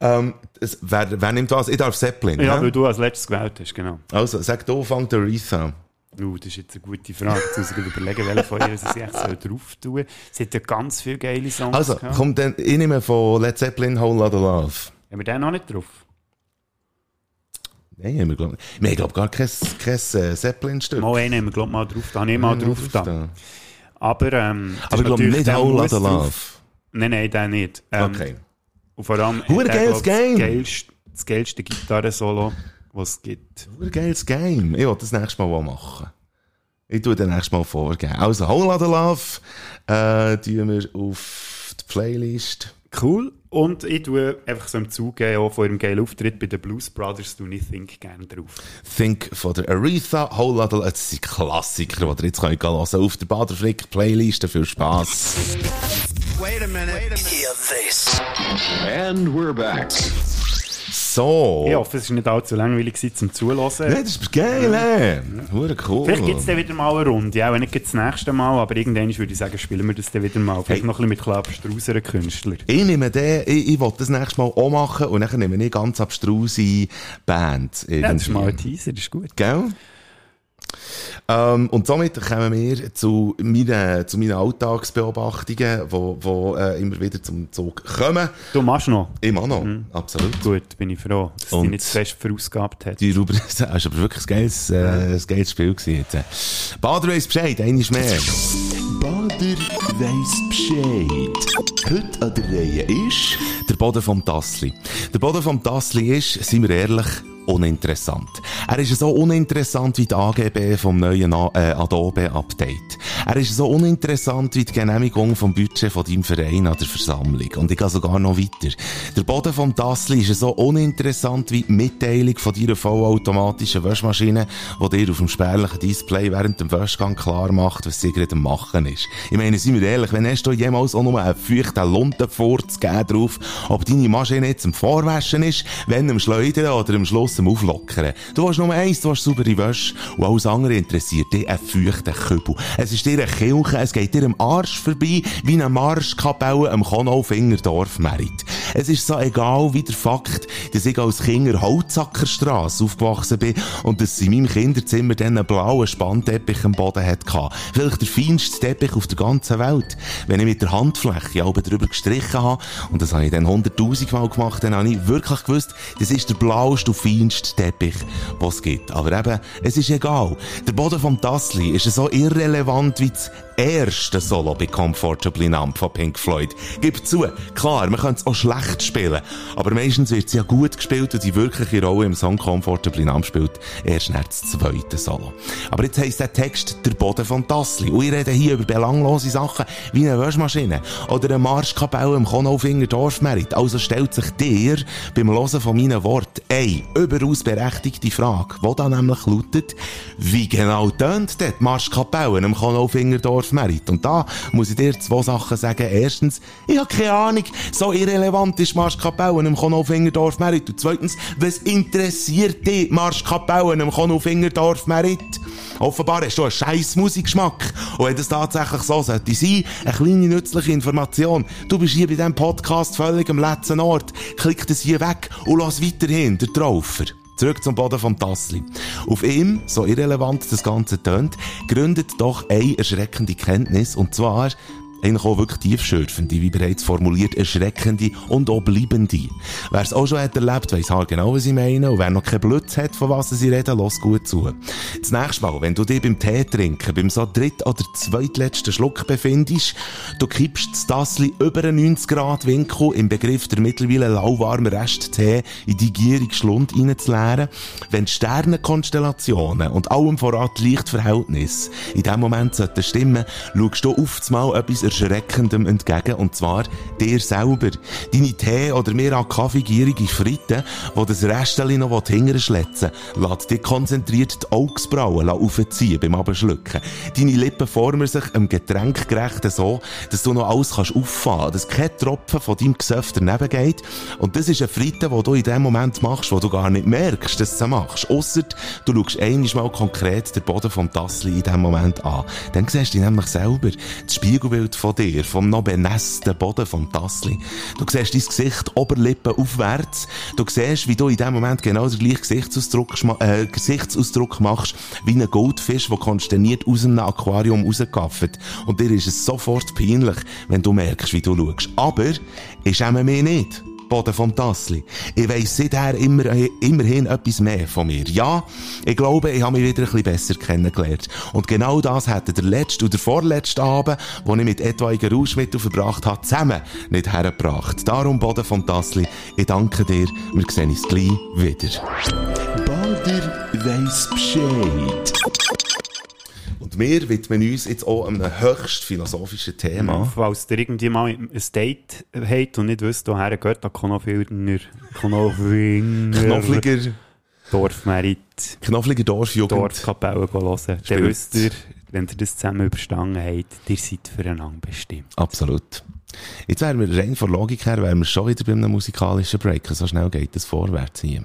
Ähm, es, wer, wer nimmt was? Ich darf Zeppelin. Ja, Ja, weil du als letztes gewählt hast, genau. Also, sag du, fangt Aretha. Uh, das ist jetzt eine gute Frage. Jetzt muss ich gerade überlegen, welche von ihr sie echt soll drauf tun Sie hat ja ganz viele geile Songs Also, gehabt. komm, dann, ich nehme von Led Zeppelin Whole Lotta Love. Haben wir den noch nicht drauf? Nein, haben wir, glaube ich. Wir haben, glaube gar kein, kein äh, Zeppelin-Stück. Mal einen haben wir, glaube ich, mal drauf. Da habe ich mal drauf. Da. da. Aber, ähm, das Aber ich ist glaube natürlich- nicht der Whole muss Lotta drauf. Love. Nein, nein, den nicht. Ähm, Okay. Und vor allem, Hure hat er, geiles glaub ich, Game. Das geilste, das geilste Gitarrensolo, was es gibt. Ein geiles Game. Ich will das nächste Mal auch machen. Ich tue das nächste Mal vorgeben. eh, Also, Whole Lotta Love äh, tun wir auf die Playlist. Cool. Und ich tue einfach so im Zuge auch von ihrem geilen Auftritt bei den Blues Brothers, tue ich Think gerne drauf. Think von der Aretha, Whole Lotta Love, das sind Klassiker, die ihr jetzt könnt hören könnt. Auf der Baderflick-Playliste viel Spass. And we're back. So. Ich hoffe, es war nicht allzu langweilig gewesen zum Zuhören. Nee, das ist geil, ey. Hure cool. Vielleicht gibt es dann wieder mal eine Runde, auch wenn nicht das nächste Mal, aber irgendwann würde ich sagen, spielen wir das dann wieder mal. Vielleicht noch ein bisschen mit ein bisschen abstruseren Künstlern. Ich nehme den, ich, ich will das nächstes Mal auch machen und dann nehme ich ganz abstruse Bands. Ja, das ist irgendwie. mal ein Teaser, das ist gut. Gell? Ähm, und somit kommen wir zu meinen, zu meinen Alltagsbeobachtungen, die wo, wo, äh, immer wieder zum Zug kommen. Du machst noch. Immer noch, absolut. Gut, bin ich froh, dass Und- die nicht zu fest verausgabt hat. Die Rubrik, das war aber wirklich ein geiles, äh, ein geiles Spiel. Gewesen jetzt. äh. Bader weiss Bescheid, eines mehr. Bader weiss Bescheid. Heute an der Reihe ist... Der Boden vom Tassli. Der Boden vom Tassli ist, sind wir ehrlich, uninteressant. Er ist so uninteressant wie die AGB vom neuen A- äh, Adobe-Update. Er ist so uninteressant wie die Genehmigung vom Budget von deinem Verein an der Versammlung. Und ich gehe sogar noch weiter. Der Boden vom Tassli ist so uninteressant wie die Mitteilung von deiner vollautomatischen Waschmaschine, die dir auf dem spärlichen Display während dem Waschgang klar macht, was sie gerade am machen ist. Ich meine, seien wir ehrlich, wenn hast du jemals auch nur einen feuchten Lundenfurz gegeben drauf, ob deine Maschine jetzt am Vorwaschen ist, wenn am Schleudern oder am Schluss am Auflockern. Du hast nur eins, du hast saubere Wäsche und alles andere interessiert dich ein feuchter Kübel. Es ist dir eine Kirche, es geht dir am Arsch vorbei, wie eine Marschkapelle am Konolfingerdorf merit. Es ist so egal wie der Fakt, dass ich als Kind in der Holzackerstrasse aufgewachsen bin und dass in meinem Kinderzimmer dann einen blauen Spannteppich am Boden hatte. Vielleicht der feinste Teppich auf der ganzen Welt. Wenn ich mit der Handfläche oben drüber gestrichen habe, und das habe ich dann hunderttausend Mal gemacht, dann habe ich wirklich gewusst, das ist der blaueste und feinste Teppich, den es gibt. Aber eben, es ist egal. Der Boden vom Tassli ist so irrelevant wie das erste Solo bei Comfortably Numb von Pink Floyd. Gib zu, klar, man könnte es auch schlecht spielen, aber meistens wird es ja gut gespielt und die wirkliche Rolle im Song Comfortably Numb spielt erst nach das zweite Solo. Aber jetzt heisst der Text «Der Boden von Tassli» und ich rede hier über belanglose Sachen wie eine Waschmaschine oder eine Marschkapelle im Konolfinger Dorfmerit. Also stellt sich dir beim Hören von meinen Worten eine überaus berechtigte Frage, die da nämlich lautet «Wie genau tönt dort die Marschkapelle im Konolfinger Dorfmerit?» Und da muss ich dir zwei Sachen sagen. Erstens, ich habe keine Ahnung, so irrelevant ist Marschkapelle im Konolfinger Dorfmerit. Und zweitens, was interessiert dich Marschkapelle im Konolfinger Dorfmerit? Offenbar hast du einen scheiß Musikgeschmack. Und wenn das tatsächlich so sollte sein, eine kleine nützliche Information. Du bist hier bei diesem Podcast völlig am letzten Ort. Klick das hier weg und lass weiterhin den Traufer. Zurück zum Boden vom Tassli. Auf ihm, so irrelevant das Ganze tönt, gründet doch eine erschreckende Kenntnis. Und zwar, eigentlich auch wirklich tiefschürfende, wie bereits formuliert, erschreckende und auch bleibende. Wer es auch schon hat erlebt, weiss halt genau, was ich meine. Und wer noch keinen Blöds hat, von was sie reden, lass gut zu. Das nächste Mal, wenn du dich beim Tee trinken, beim so dritt- oder zweitletzten Schluck befindest, du kippst das Tassli über einen 90-Grad-Winkel im Begriff der mittlerweile lauwarmen Resttee in die gierige Schlund reinzuleeren, wenn die Sternenkonstellationen und allem voran die Lichtverhältnis in dem Moment sollten stimmen, schaust du auf einmal etwas Erschreckendem entgegen, und zwar dir selber. Deine Tee- oder mehr an kaffeegierige Fritte, die das Restchen noch hinterschletzen will, lässt dich konzentriert die Augsbrauen aufziehen beim Abschlucken. Deine Lippen formen sich im Getränk gerecht so, dass du noch alles kannst auffahren, dass kein Tropfen von deinem Gesöff daneben geht. Und das ist eine Fritte, die du in dem Moment machst, wo du gar nicht merkst, dass du sie machst. Ausser du schaust einiges mal konkret den Boden vom Tassli in dem Moment an. Dann siehst du dich nämlich selber, das Spiegelbild von dir, vom noch benässten Boden vom Tassli. Du siehst dein Gesicht, Oberlippe aufwärts. Du siehst, wie du in dem Moment genau den gleichen Gesichtsausdruck, schma- äh, Gesichtsausdruck machst, wie ein Goldfisch, der konsterniert aus einem Aquarium rausgekauft. Und dir ist es sofort peinlich, wenn du merkst, wie du schaust. Aber, ich schäme mich nicht. Boden vom Tassli. Ich weiss seither immer, äh, immerhin etwas mehr von mir. Ja, ich glaube, ich habe mich wieder ein bisschen besser kennengelernt. Und genau das hätte der letzte oder vorletzte Abend, den ich mit etwaigen Rauschmitteln verbracht habe, zusammen nicht hergebracht. Darum, Boden vom Tassli, ich danke dir. Wir sehen uns gleich wieder. Bader weiss Bescheid. Und Und wir widmen uns jetzt auch einem höchst philosophischen Thema. Falls ihr irgendwie mal ein Date habt und nicht wisst, woher gehört der Konofilner, Konofilner, Knofliger, Dorfmerit, Knofliger Dorfjugend. Dorfkapelle gehen hören, dann Spielt's. wisst ihr, wenn ihr das zusammen überstanden habt, ihr seid füreinander bestimmt. Absolut. Jetzt wären wir rein von Logik her, wären wir schon wieder bei einem musikalischen Break. So schnell geht das vorwärts hier.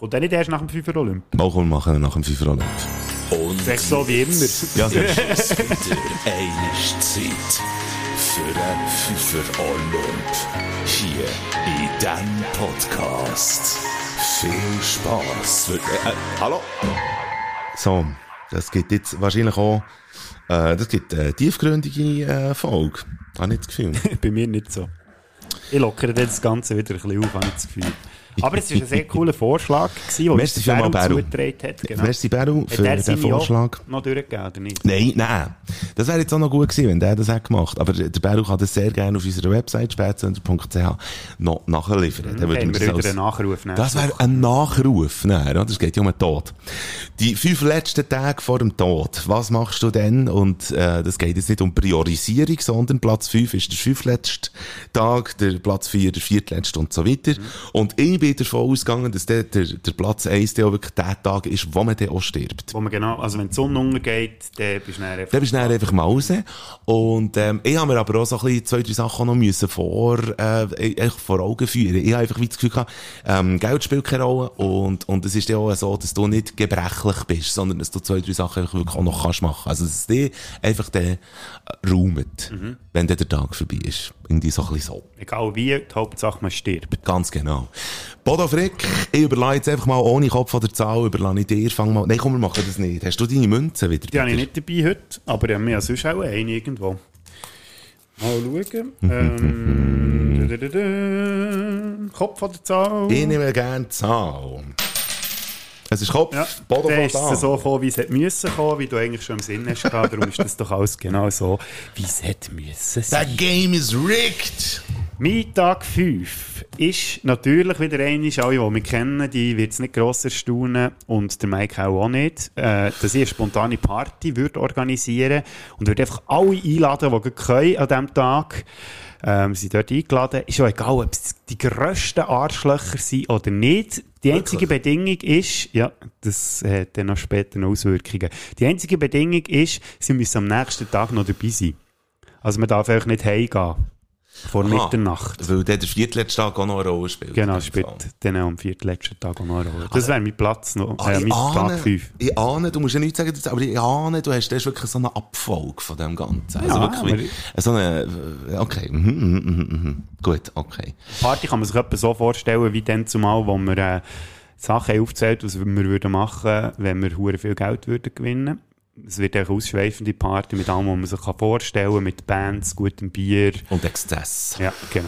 Und dann nicht erst nach dem 5 Olymp. Mal komm, machen wir nach dem Fieber Olymp. Sechs so wie immer. Ja, sehr schön. Eine Zeit für einen Fünfer Olymp. Hier in diesem Podcast. Viel Spaß. Für, äh, äh, hallo? So, das gibt jetzt wahrscheinlich auch, äh, das gibt äh, tiefgründige äh, Folge. Habe ich das Gefühl. Bei mir nicht so. Ich lockere das Ganze wieder ein bisschen auf, habe ich das Gefühl. Aber es war ein sehr cooler Vorschlag, gewesen, den Merci uns vielmals, Bärum Bärum. zugetragen hat. Genau. Merci Beru Hat für er den seine Vorschlag. auch noch durchgegeben, oder nicht? Nein, nein. Das wäre jetzt auch noch gut gewesen, wenn der das hat gemacht. Aber der Beru kann das sehr gerne auf unserer Website spätzünder.ch noch nachliefern. Dann Dann würden Mhm. haben wir wir das wieder als- einen Nachruf. nehmen. Das wäre ein Nachruf, nein, oder? Es geht ja um den Tod. Die fünf letzten Tage vor dem Tod, was machst du denn? Und äh, das geht jetzt nicht um Priorisierung, sondern Platz fünf ist der fünfletzte Tag, der Platz vier der viertletzte und so weiter. Und ich bin davon ausgegangen, dass der, der, der Platz eins der auch wirklich der Tag ist, wo man dann auch stirbt. Wo man genau, also wenn die Sonne untergeht, dann bist du dann einfach... Dann bist du dann einfach mal raus. Und, ähm, ich habe mir aber auch so ein bisschen zwei, drei Sachen noch müssen vor, äh, e- echt vor Augen führen. Ich habe einfach wie das Gefühl gehabt, ähm, Geld spielt keine Rolle. Und, und es ist ja auch so, dass du nicht gebrechlich bist, sondern dass du zwei, drei Sachen einfach wirklich auch noch kannst machen. Also, dass es dir einfach dann raumet, Mhm. wenn dann der Tag vorbei ist. Irgendwie so ein bisschen so. Egal wie, die Hauptsache man stirbt. Ganz genau. Bodo Frick, ich überlasse jetzt einfach mal ohne Kopf oder Zahl, überlasse ich dir, fang mal, nein, komm, wir machen das nicht. Hast du deine Münze wieder? Die habe ich bitte? nicht dabei heute, aber wir haben ja sonst auch einen irgendwo. Mal schauen. ähm, da, da, da, da. Kopf oder Zahl? Ich nehme gerne Zahl. Es ist Kopf, Ja, Boden dann ist von es Zahn. so gekommen, wie es hätte müssen kommen, wie du eigentlich schon im Sinn hast gehabt. Darum ist das doch alles genau so, wie es hätte müssen sein. That game is rigged! Mein Tag 5 ist natürlich wieder einer, alle, die mich kennen, die wird es nicht gross erstaunen und der Mike auch, auch nicht, äh, dass ich eine spontane Party würde organisieren und würde einfach alle einladen, die gerade können an diesem Tag. Ähm, sind dort eingeladen. Ist auch egal, ob es die grössten Arschlöcher sind oder nicht. Die einzige Bedingung ist, ja, das hat dann noch später noch Auswirkungen. Die einzige Bedingung ist, sie müssen am nächsten Tag noch dabei sein. Also man darf einfach nicht heimgehen. Vor Mitternacht. Weil der der viertletzte Tag auch noch eine Rolle spielt. Genau, In dem spielt Fall. dann auch am viertletzten Tag auch noch eine Rolle. Das wäre mein Platz noch, Also, Ah, äh, ich, mein ahne, Tag 5. ich ahne, du musst ja nichts sagen, dazu, aber ich ahne, du hast, das ist wirklich so eine Abfolge von dem Ganzen. Also Ja, wirklich wie, so eine, okay, mhm, mhm, mhm, mhm. gut, okay. Party kann man sich etwa so vorstellen, wie dann zumal, wo wir äh, Sachen haben aufgezählt was wir würden machen, wenn wir hure viel Geld würden gewinnen. Es wird eine ausschweifende Party mit allem, was man sich kann vorstellen kann, mit Bands, gutem Bier. Und Exzess. Ja, genau.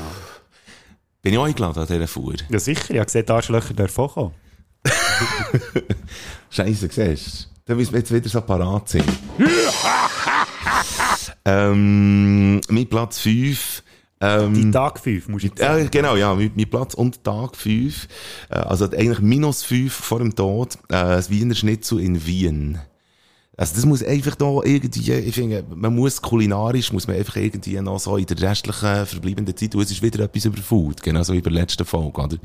Bin ich auch eingeladen an dieser Fuhr? Ja, sicher. Ich habe gesehen, die Arschlöcher dürfen auch kommen. Scheiße, siehst du? Da müssen wir jetzt wieder so parat sein. ähm, mein Platz 5. Ähm, Tag 5 musst du jetzt ja, genau, ja, mein, mein Platz und Tag 5, äh, also eigentlich minus 5 vor dem Tod, äh, das Wiener Schnitzel in Wien. Also das muss einfach da irgendwie, ich finde, man muss kulinarisch, muss man einfach irgendwie noch so in der restlichen verbleibenden Zeit, und es ist wieder etwas über Food, genau so wie bei der letzten Folge, oder?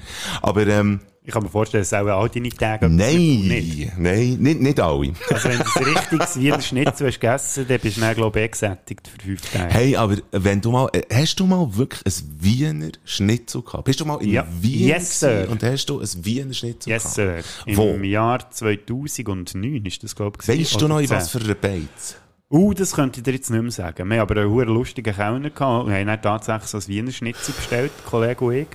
Aber, ähm, Ich kann mir vorstellen, es auch all deine Tage nein, Ähm, nicht. nein, nicht, nicht alle. Also wenn du ein richtiges Wiener Schnitzel hast gegessen, dann bist du dann, glaube ich, eh gesättigt für fünf Tage. Hey, aber wenn du mal, äh, hast du mal wirklich ein Wiener Schnitzel gehabt? Bist du mal in Ja. Wien Yes, sir. gewesen und hast du ein Wiener Schnitzel yes, gehabt? sir. Im Wo? Jahr 2009 ist das, glaube ich. Weißt du noch, in was was für einer Beiz? Uh, das könnte ich dir jetzt nicht mehr sagen. Wir haben aber einen hohen lustigen Kellner gehabt und haben dann tatsächlich so ein Wiener Schnitzel bestellt, der Kollege und ich.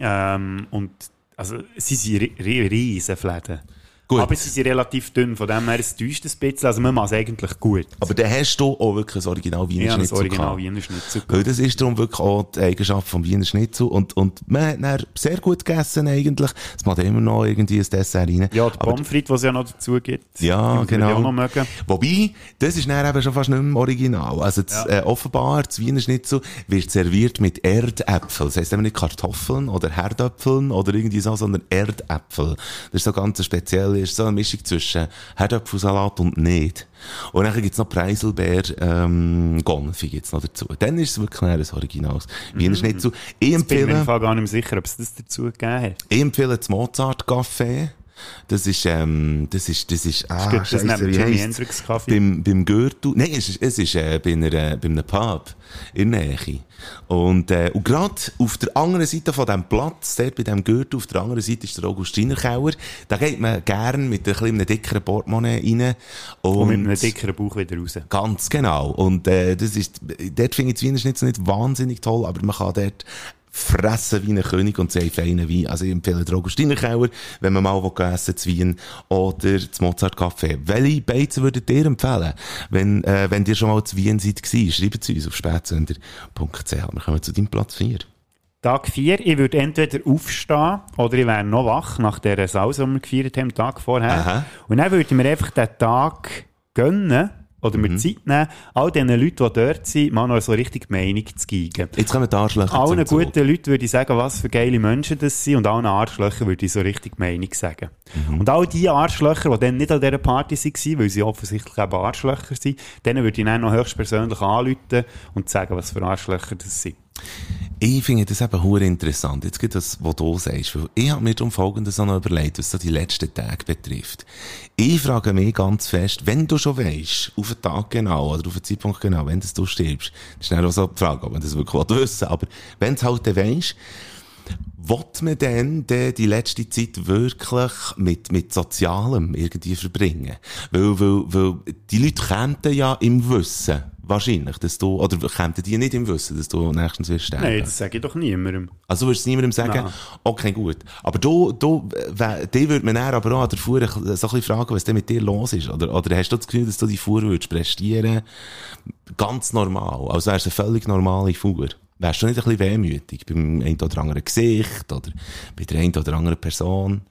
Ähm, und also, sie sind ri- ri- riesen Fläden. Gut. Aber sie sind relativ dünn, von dem her, es täuscht ein bisschen. Also man macht es eigentlich gut. Aber dann hast du auch wirklich ein Original Wiener Ja, das Schnitzel Original gehabt. Wiener Schnitzel. Weil das ist darum wirklich auch die Eigenschaft vom Wiener Schnitzel. Und, und man hat dann sehr gut gegessen eigentlich. Es macht immer noch irgendwie ein Dessert rein. Ja, der Aber- Pommes frites, was es ja noch dazu gibt. Ja, Die muss man genau. Auch noch mögen. Wobei, das ist dann eben schon fast nicht mehr original. Also, das, äh, offenbar, das Wiener Schnitzel wird serviert mit Erdäpfeln. Das heisst eben nicht Kartoffeln oder Herdöpfeln oder irgendwie so, sondern Erdäpfel. Das ist so ganz eine spezielle ist so eine Mischung zwischen Herdöpfelsalat und nicht. Und dann gibt's noch Preiselbeer, ähm, Gonfi gibt's noch dazu. Dann ist es wirklich ein Originales. Wiener Schnitzel. Ich Bin mir im empfehle, Fall gar nicht mehr sicher, ob es das dazu gegeben hat. ich empfehle das Mozart-Café. Das ist, ähm, das ist, das ist, ah, gibt das Scheisse, neben wie Jimi heisst's? Hendrix Kaffee. Beim, beim Gürtel. Nein, es ist, es ist äh, bei, einer, äh, bei einem Pub in der Nähe. Und, äh, und gerade auf der anderen Seite von diesem Platz, dort bei diesem Gürtel, auf der anderen Seite ist der Augustinerkeller. Da geht man gern mit ein bisschen einem dickeren Portemonnaie rein. Und, Und mit einem dickeren Bauch wieder raus. Ganz genau. Und äh, das ist, dort finde ich das Wiener Schnitzel nicht wahnsinnig toll, aber man kann dort fressen wie ein König und sehr feinen Wein. Also ich empfehle den Augustinerkeller, wenn man mal will essen zu Wien oder das Mozart Café. Welche Beizen würdet ihr empfehlen, wenn, äh, wenn ihr schon mal zu Wien seid gewesen? Schreibt es uns auf spätsender.ch. Wir kommen zu deinem Platz 4. Tag 4, ich würde entweder aufstehen oder ich wäre noch wach nach dieser Sause, die wir gefeiert haben, am Tag vorher. Aha. Und dann würde ich mir einfach den Tag gönnen oder Mhm. mir Zeit nehmen, all diesen Leuten, die dort sind, mal noch so richtig Meinung zu geben. Jetzt kommen die Arschlöcher Allen zum Zug. guten Leuten würde ich sagen, was für geile Menschen das sind und allen Arschlöchern würde ich so richtig Meinung sagen. Mhm. Und all die Arschlöcher, die dann nicht an dieser Party waren, weil sie offensichtlich eben Arschlöcher sind, denen würde ich dann noch höchstpersönlich anrufen und sagen, was für Arschlöcher das sind. Ich finde das eben hure interessant. Jetzt gibt das, was du sagst. Weil ich habe mir darum Folgendes auch noch überlegt, was so die letzten Tage betrifft. Ich frage mich ganz fest, wenn du schon weisst, auf den Tag genau oder auf den Zeitpunkt genau, wenn das du stirbst, das ist dann auch so die Frage, ob man das wirklich will wissen aber wenn du es halt dann weisst, Wollt man denn, denn die letzte Zeit wirklich mit, mit Sozialem irgendwie verbringen? Weil, weil, weil die Leute kämpfen ja im Wissen, wahrscheinlich, dass du, oder kämpfen die nicht im Wissen, dass du nächstens wirst sterben. Nein, das sage ich doch niemandem. Also würdest du niemandem sagen, Nein. okay, gut. Aber du, du, die würde man dann aber auch an der Fuhr so ein bisschen fragen, was denn mit dir los ist. Oder, oder hast du das Gefühl, dass du die Fuhr würdest prestieren? Ganz normal. Also wärst du eine völlig normale Fuhr. Wärst du nicht ein bisschen wehmütig beim einen oder anderen Gesicht oder bei der einen oder anderen Person?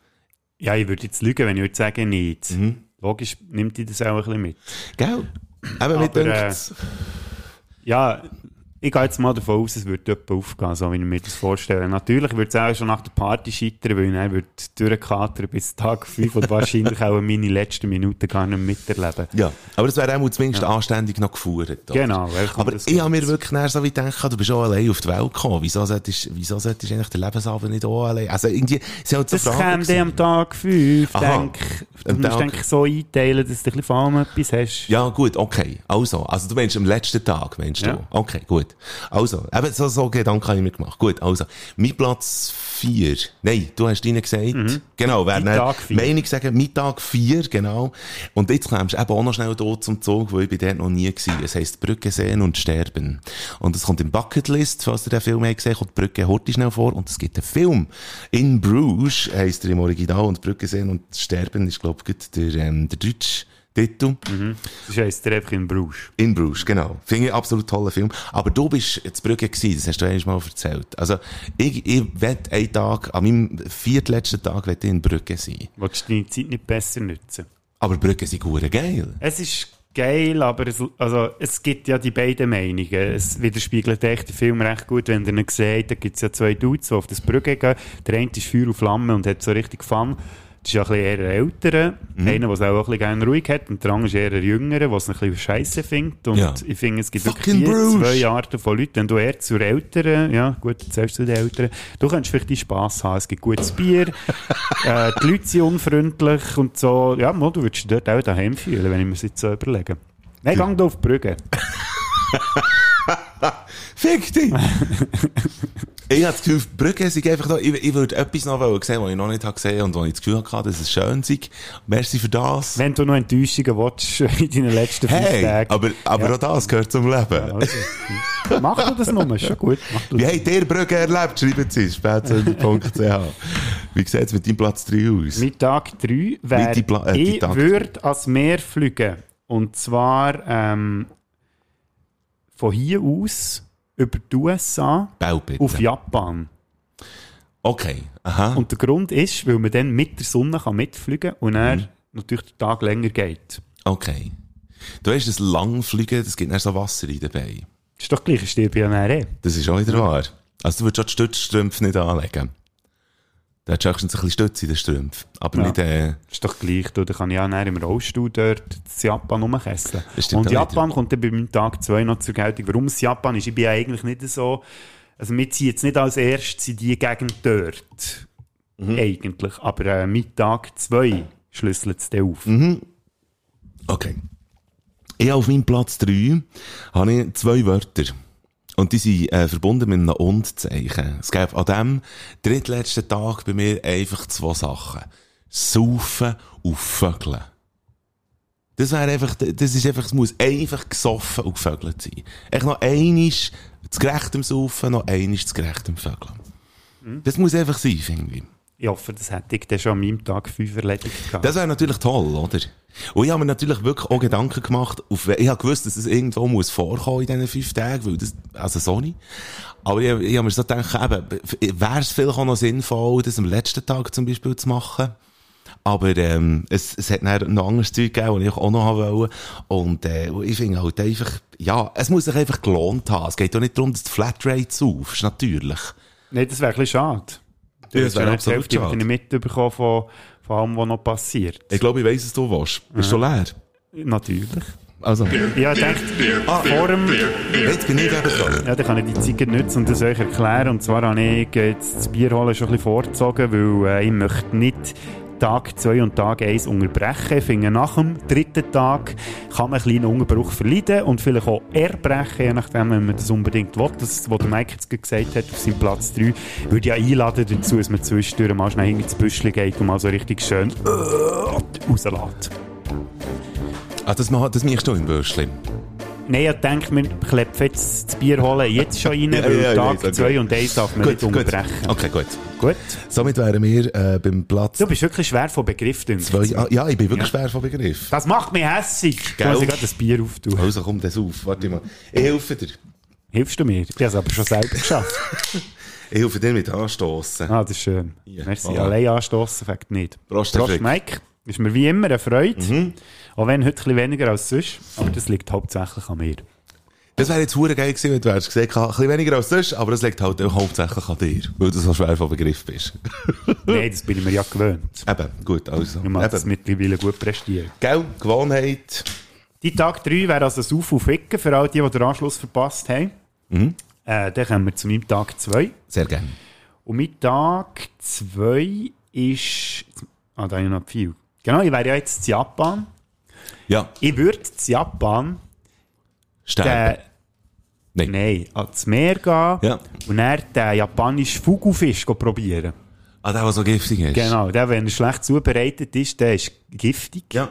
Ja, ich würde jetzt lügen, wenn ich würde sagen, nicht. Mhm. Logisch nimmt die das auch ein bisschen mit. Gell? Eben, Aber, äh, mit denkt's. Ja, ich gehe jetzt mal davon aus, es würde jemand aufgehen, so wie ich mir das vorstelle. Natürlich würde es auch schon nach der Party scheitern, weil dann würde durchkatern bis Tag 5 und wahrscheinlich auch meine letzten Minuten gar nicht miterleben. Ja, aber das wäre auch zumindest anständig noch gefahren. oder? Genau, welcome Aber das ich habe mir gibt's. wirklich nachher so wie gedacht, du bist auch allein auf die Welt gekommen. Wieso solltest, wieso solltest du eigentlich den Lebensabend nicht auch allein? Also irgendwie, sie haben so Das Fragen. käme dann am gewesen. Tag 5, Aha. denke ich. Du Am musst Tag- denke ich, so einteilen, dass du ein bisschen vor allem etwas hast. Ja, gut, okay. Also, also du meinst am letzten Tag, meinst Ja. du? Okay, gut. Also, eben so, so Gedanken habe ich mir gemacht. Gut, also, mein Platz vier. Nein, du hast deinen gesagt. Genau, wer Mein dann- Tag Mhm. vier. Meinung sagen, Mittag vier, genau. Und jetzt kommst du eben auch noch schnell dort zum Zug, weil ich bei dort noch nie war. Es heisst Brücke sehen und sterben. Und es kommt im Bucketlist, falls ihr den Film habt gesehen, kommt Brücke Horti schnell vor und es gibt einen Film. In Bruges heisst er im Original und Brücke sehen und sterben ist, glaube ich, der, ähm, der deutsche Titel. Das heisst, du einfach in Brusch. In Bruges, genau. Finde ich einen absolut tollen Film. Aber du bist jetzt Brügge gewesen, das hast du eigentlich mal erzählt. Also, ich, ich werde einen Tag, an meinem viertletzten Tag werde ich in Brügge sein. Willst du deine Zeit nicht besser nutzen? Aber Brügge sind gut geil. Es ist geil, aber es, also, es gibt ja die beiden Meinungen. Es widerspiegelt echt den Film recht gut, wenn ihr ihn seht. Da gibt es ja zwei Dudes, die auf das Brücke gehen. Der eine ist Feuer und Flamme und hat so richtig Fun. Das ist ja ein bisschen eher ein älterer, einer, der es auch ein bisschen gerne ruhig hat, und der andere ist eher ein jüngerer, der es ein bisschen scheiße findet. Und Ja. ich finde, es gibt wirklich Fucking die Bruce! zwei Arten von Leuten. Wenn du eher zu den Älteren, ja, gut, du zählst zu den Älteren, du kannst vielleicht deinen Spass haben. Es gibt gutes Bier, äh, die Leute sind unfreundlich und so. Ja, Mo, du würdest dich dort auch daheim fühlen, wenn ich mir das jetzt so überlege. Nein, gang da auf die Brügge. Fick dich! ich habe das Gefühl, Brügge sind einfach noch, ich, ich würde etwas noch wollen sehen, was ich noch nicht habe gesehen und wo ich das Gefühl hatte, dass es schön sei. Merci für das. Wenn du noch Enttäuschungen willst in deinen letzten fünf Hey, Tagen. aber, aber Ja. auch das gehört zum Leben. Also, hm. mach du das nochmal, schon gut. Mach du Wie das. habt ihr Brügge erlebt? Schreibt es uns, spätsender.ch. Wie sieht es mit deinem Platz 3 aus? Mit Tag 3 Mit die Pla- wäre, äh, die ich Tag- würde ans Meer fliegen. Und zwar ähm, von hier aus über die USA Bau bitte. auf Japan. Okay, aha. Und der Grund ist, weil man dann mit der Sonne kann mitfliegen kann und er natürlich der Tag länger geht. Okay. Du hast ein Langfliegen, das gibt dann so Wasser rein dabei. Ist doch gleich, ich stirb ja nachher eh. Das ist auch wieder wahr. Also du würdest auch die Stützstrümpfe nicht anlegen. Da hat höchstens ein bisschen Stütze in den Strümpfen. Aber Ja. nicht, äh, Ist doch gleich, du. Da kann ich ja näher im Rollstuhl dort in Japan rumkessen. Das stimmt Und auch Japan kommt dann bei meinem Tag 2 noch zur Geltung. Warum es Japan ist, ich bin ja eigentlich nicht so... Also wir ziehen jetzt nicht als erstes in die Gegend dort. Eigentlich. Aber äh, mit Tag 2 schlüsselt es dann auf. okay. Ich habe auf meinem Platz 3 habe ich zwei Wörter. Und die sind äh, verbunden mit einem Und-Zeichen. Es gab an dem drittletzten Tag bei mir einfach zwei Sachen. Saufen und Vögeln. Das wäre einfach, das ist einfach, es muss einfach gesoffen und gevögelt sein. Echt noch einisch zu gerechtem Saufen, noch einisch zu gerechtem Vögeln. Das muss einfach sein, finde ich. Ich hoffe, das hätte ich dann schon an meinem Tag 5 erledigt gehabt. Das wäre natürlich toll, oder? Und ich habe mir natürlich wirklich auch Gedanken gemacht, auf, we- ich habe gewusst, dass es irgendwo muss vorkommen in diesen fünf Tagen, weil das, also so nicht. Aber ich, ich habe mir so gedacht, eben, wäre es vielleicht auch noch sinnvoll, das am letzten Tag zum Beispiel zu machen. Aber ähm, es, es hat nachher noch anderes Zeug gegeben, das ich auch noch haben wollte. Und äh, ich finde halt einfach, ja, es muss sich einfach gelohnt haben. Es geht doch nicht darum, dass die Flatrate aufst, natürlich. Nein, das wäre ein bisschen schade. Du Ja, das hast wäre ja nicht absolut selbst schade. nicht mitbekommen von, von allem, was noch passiert. Ich glaube, ich weiss, was du willst. Bist du leer? Natürlich. Also, Ja, ich denke, vor dem... jetzt bin ich eben dran. Ja, dann kann ich die Zeit gerade nutzen und das euch erklären. Und zwar habe ich jetzt das Bier holen schon ein bisschen vorgezogen, weil äh, ich möchte nicht Tag 2 und Tag 1 unterbrechen. Ich finde, nach dem dritten Tag kann man einen kleinen Unterbruch verleiden und vielleicht auch erbrechen, je nachdem, wenn man das unbedingt will. Das, was der Mike jetzt gerade gesagt hat, auf seinem Platz 3, würde ich ja einladen dazu, dass man zwischendurch mal schnell irgendwie ins Büschli geht und mal so richtig schön äh, rauslässt. Ah, das, mach, das machst du im Böschli. Nein, ich denke, wir klepfen jetzt das Bier holen jetzt schon rein, Ja, weil ja, ich weiß, okay. Tag 2 und 1 darf man nicht unterbrechen. Gut. Okay, gut. Gut. Somit wären wir äh, beim Platz Du bist wirklich schwer von Begriff, dünkt zwei. mich. Ah, ja, ich bin wirklich schwer von Begriff. Das macht mich hässig. Gell? Da muss ich gerade das Bier auftun. Also komm das auf, warte mal. Ich helfe dir. Hilfst du mir? Ich habe es aber schon selber geschafft. Ich helfe dir mit Anstossen. Ah, das ist schön. Ja, Merci. voilà. Allein anstoßen fängt nicht. Prost, Mhm. Prost, Patrick. Mike. Ist mir wie immer eine Freude. Auch wenn heute ein bisschen weniger als sonst. Aber das liegt hauptsächlich an mir. Hm. Das wäre jetzt hure geil gewesen, wenn du hättest gesagt, ein bisschen weniger als sonst, aber das liegt halt auch hauptsächlich an dir, weil du so schwer von Begriff bist. Nein, das bin ich mir ja gewöhnt. Eben, gut, also. Ich mag das Eben. mittlerweile gut prestieren. Gell, Gewohnheit. Die Tag 3 wäre also Sauf und Ficken für all die, die den Anschluss verpasst haben. Mhm. Äh, dann kommen wir zu meinem Tag 2. Sehr gern. Und mein Tag 2 ist. Ah, da habe ich noch viel. Genau, ich wäre ja jetzt in Japan. Ja, Ich würde in Japan äh, sterben. Nein. nein, ans Meer gehen Ja. und dann den japanischen Fugufisch probieren. Ah, der, der so giftig ist. Genau, der, wenn er schlecht zubereitet ist, der ist giftig. Ja.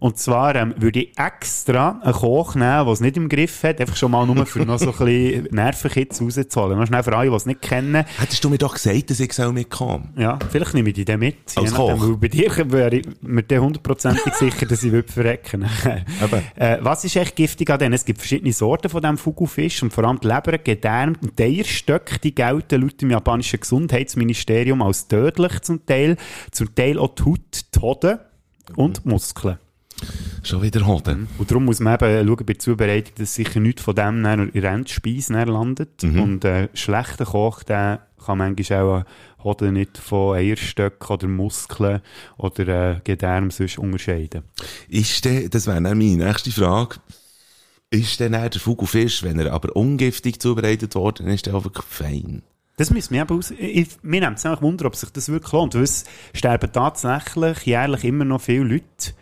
Und zwar ähm, würde ich extra einen Koch nehmen, der es nicht im Griff hat, einfach schon mal nur für noch so ein bisschen Nervenkitz rauszuholen. Noch schnell für alle, die es nicht kennen. Hättest du mir doch gesagt, dass ich so mitkomme? Ja, vielleicht nehme ich die dann mit. Als Je nachdem, Koch? weil Bei dir wäre ich mir dann hundertprozentig sicher, dass ich würde verrecken Eben. würde. äh, was ist echt giftig an denen? Es gibt verschiedene Sorten von diesem Fugufisch und vor allem die Leber, gedärmt und Eierstöcke, die gelten laut dem japanischen Gesundheitsministerium als tödlich zum Teil. Zum Teil auch die Haut, die Hoden und Mhm. die Muskeln. Schon wieder Hoden. Und darum muss man eben schauen bei der Zubereitung, dass sicher nichts von dem dann in der Endspeise dann landet. Und äh, schlechter Koch, der kann manchmal auch äh, Hoden nicht von Eierstöcken oder Muskeln oder äh, Gedärm sonst unterscheiden. Ist der, das wäre dann meine nächste Frage, ist denn dann der Vogelfisch, wenn er aber ungiftig zubereitet worden ist, der auch wirklich fein? Das müssen wir eben aus... Ich, ich- mir nimmt es nämlich Wunder, ob sich das wirklich lohnt. Weil es sterben tatsächlich jährlich immer noch viele Leute,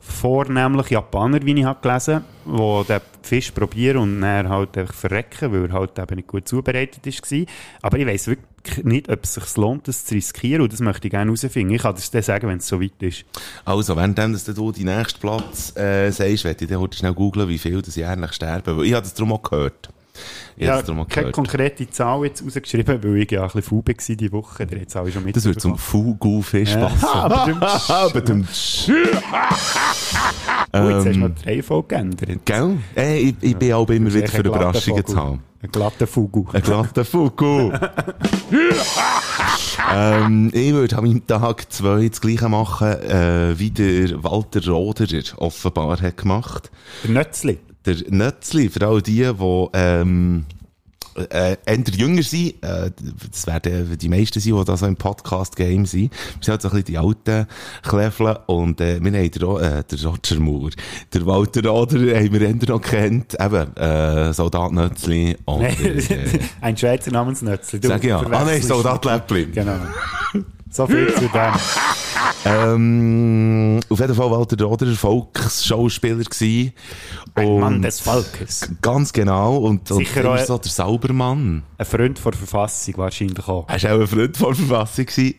vornehmlich Japaner, wie ich habe gelesen, die den Fisch probieren und dann halt einfach verrecken, weil er halt eben nicht gut zubereitet war. Aber ich weiss wirklich nicht, ob es sich lohnt, das zu riskieren. Und das möchte ich gerne herausfinden. Ich kann das dann sagen, wenn es so weit ist. Also, währenddem, dass du den nächsten Platz äh, sagst, werde ich dann heute schnell googeln, wie viel das jährlich sterben. Weil ich habe das darum auch gehört. Ich Ja, habe das darum auch keine gehört. konkrete Zahl jetzt rausgeschrieben, weil ich ja ein bisschen faul war diese Woche. Der jetzt auch schon mit. Das würde zum Vogelfisch passen. Aber dem Oh, jetzt Ähm. hast du noch die Reihenfolge geändert. Gell? Ey, ich, ich bin auch immer wieder für Überraschungen zu haben. Ein glatter Vogel. Ein glatter Vogel. ähm, ich würde an meinem Tag zwei das Gleiche machen, äh, wie der Walter Roderer offenbar hat gemacht. Der Nötzli. Der Nötzli, für all die, die ähm, äh, eher jünger sind, äh, das werden die meisten sein, die da so im Podcast-Game sind. Wir sind halt so ein bisschen die alten Kläffler und äh, wir haben den, Ro- äh, den Roger Moore, der Walter Oder haben wir eher noch kennt, eben, äh, Soldat Nötzli und... Äh, Ein Schweizer namens Nötzli. Du Sag ja. Ah nein, verwechselst- Soldat Läpplin. Genau. So viel zu dem. Ähm, auf jeden Fall Walter Oder, Volksschauspieler gewesen. Ein Und- Mann des Volkes. Ganz genau. Und, und Sicher immer auch- so der Saubermann. Ein Freund vor Verfassung wahrscheinlich auch. Er war auch ein Freund von der Verfassung. gewesen.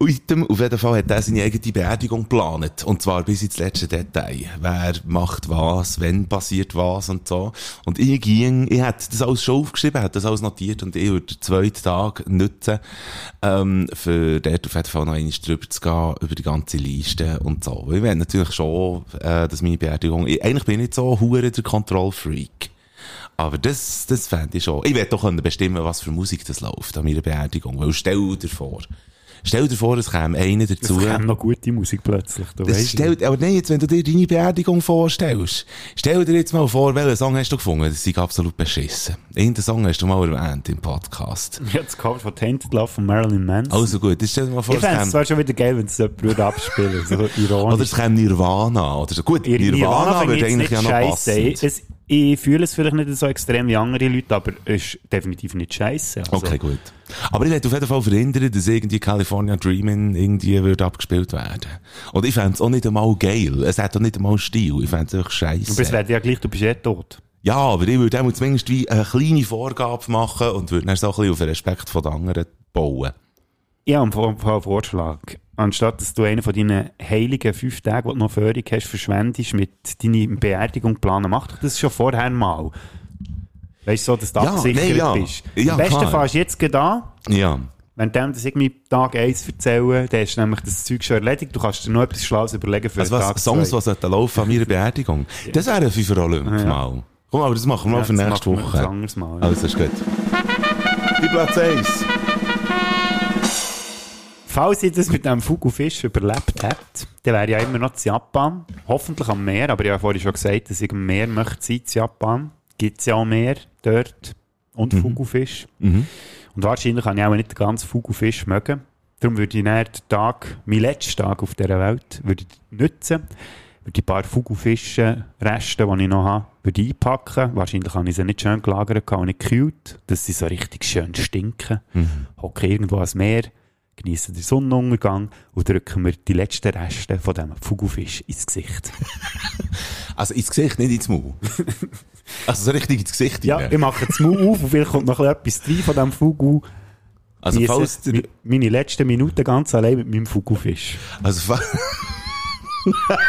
Item, auf jeden Fall hat er seine eigene Beerdigung geplant. Und zwar bis ins letzte Detail. Wer macht was, wenn passiert was und so. Und ich ging, ich hätte das alles schon aufgeschrieben, hätte das alles notiert und ich würde den zweiten Tag nutzen, ähm, für dort auf jeden Fall noch einmal drüber zu gehen, über die ganze Liste und so. Weil ich will natürlich schon, äh, dass meine Beerdigung, ich, eigentlich bin ich nicht so hure der Control-Freak. Aber das, das fände ich schon. Ich werde doch können bestimmen, was für Musik das läuft an meiner Beerdigung. Weil stell dir vor, stell dir vor, es käme einer Es dazu. kam noch gute Musik plötzlich. Du Das weißt stell, aber nein, jetzt, wenn du dir deine Beerdigung vorstellst, stell dir jetzt mal vor, welchen Song hast du gefunden? Das ist absolut beschissen. Irgendeinen Song hast du mal erwähnt im Podcast. Ich habe das Cover von Tainted Love von Marilyn Manson. Also gut, jetzt stell dir mal vor, ich fände es käme, zwar schon wieder geil, wenn es jemand würde abspielen So ironisch. oder es käme Nirvana oder so. Gut, Ihr- Also, Nirvana, finde würde ich jetzt eigentlich ja nicht noch scheisse. passen. Es, ich fühle es vielleicht nicht so extrem wie andere Leute, aber es ist definitiv nicht scheiße. Also, Okay, gut. Aber ich hätte auf jeden Fall verhindern, dass irgendwie California Dreamin' irgendwie wird abgespielt werden. Und ich fänd's auch nicht einmal geil. Es hat auch nicht einmal Stil. Ich fänd's einfach Aber es scheiße. wäre ja gleich, du bist eh tot. Ja, aber ich würde auch zumindest wie eine kleine Vorgabe machen und würde dann so ein bisschen auf den Respekt von den anderen bauen. Ich habe einen Vor- einen Vorschlag. Anstatt dass du einen von deinen heiligen fünf Tagen, die du noch Förderung hast, verschwendest, mit deiner Beerdigung planen, mach doch das schon vorher mal. Weißt du, so, dass du Ja, abgesichert nein, ja. bist. Ja, Am besten klar. fährst du jetzt gleich an, Ja. wenn dem das irgendwie Tag 1 erzählen, dann ist nämlich das Zeug schon erledigt. Du kannst dir noch etwas Schlaues überlegen für Also den was, Tag Songs, zwei. was sollten laufen an meiner Beerdigung. Das wäre ein Fünfer Olymp mal. Komm, aber das machen wir Ja, mal für das nächste machen wir ein Woche. anderes Mal, ja. Also, ist gut. Die Platz 1. Falls ihr das mit dem Fugu-Fisch überlebt habt, dann wäre ja immer noch zu Japan. Hoffentlich am Meer, aber ich habe vorhin schon gesagt, dass ich am Meer möchte sein, zu Japan. Gibt es ja auch Meer dort und Fugu-Fisch. Und wahrscheinlich kann ich auch nicht den ganzen Fugu-Fisch mögen. Darum würde ich dann den Tag, meinen letzten Tag auf dieser Welt, würde ich nutzen. Würde die paar Fugu-Fische-Reste, die ich noch habe, würde ich einpacken. Wahrscheinlich habe ich sie nicht schön gelagert gehabt und nicht gekühlt, dass sie so richtig schön stinken. Mhm. Hocke irgendwo ans Meer, genieße den Sonnenuntergang und drücken mir die letzten Reste von diesem Fugu-Fisch ins Gesicht. Also, ins Gesicht, nicht ins Maul. Also, so richtig ins Gesicht Ja, rein. ich mache jetzt Mund auf und vielleicht kommt noch ein bisschen etwas rein von diesem Fugu. Also, Genieße falls der, mi- meine letzten Minuten ganz allein mit meinem Fugu-Fisch. also, fa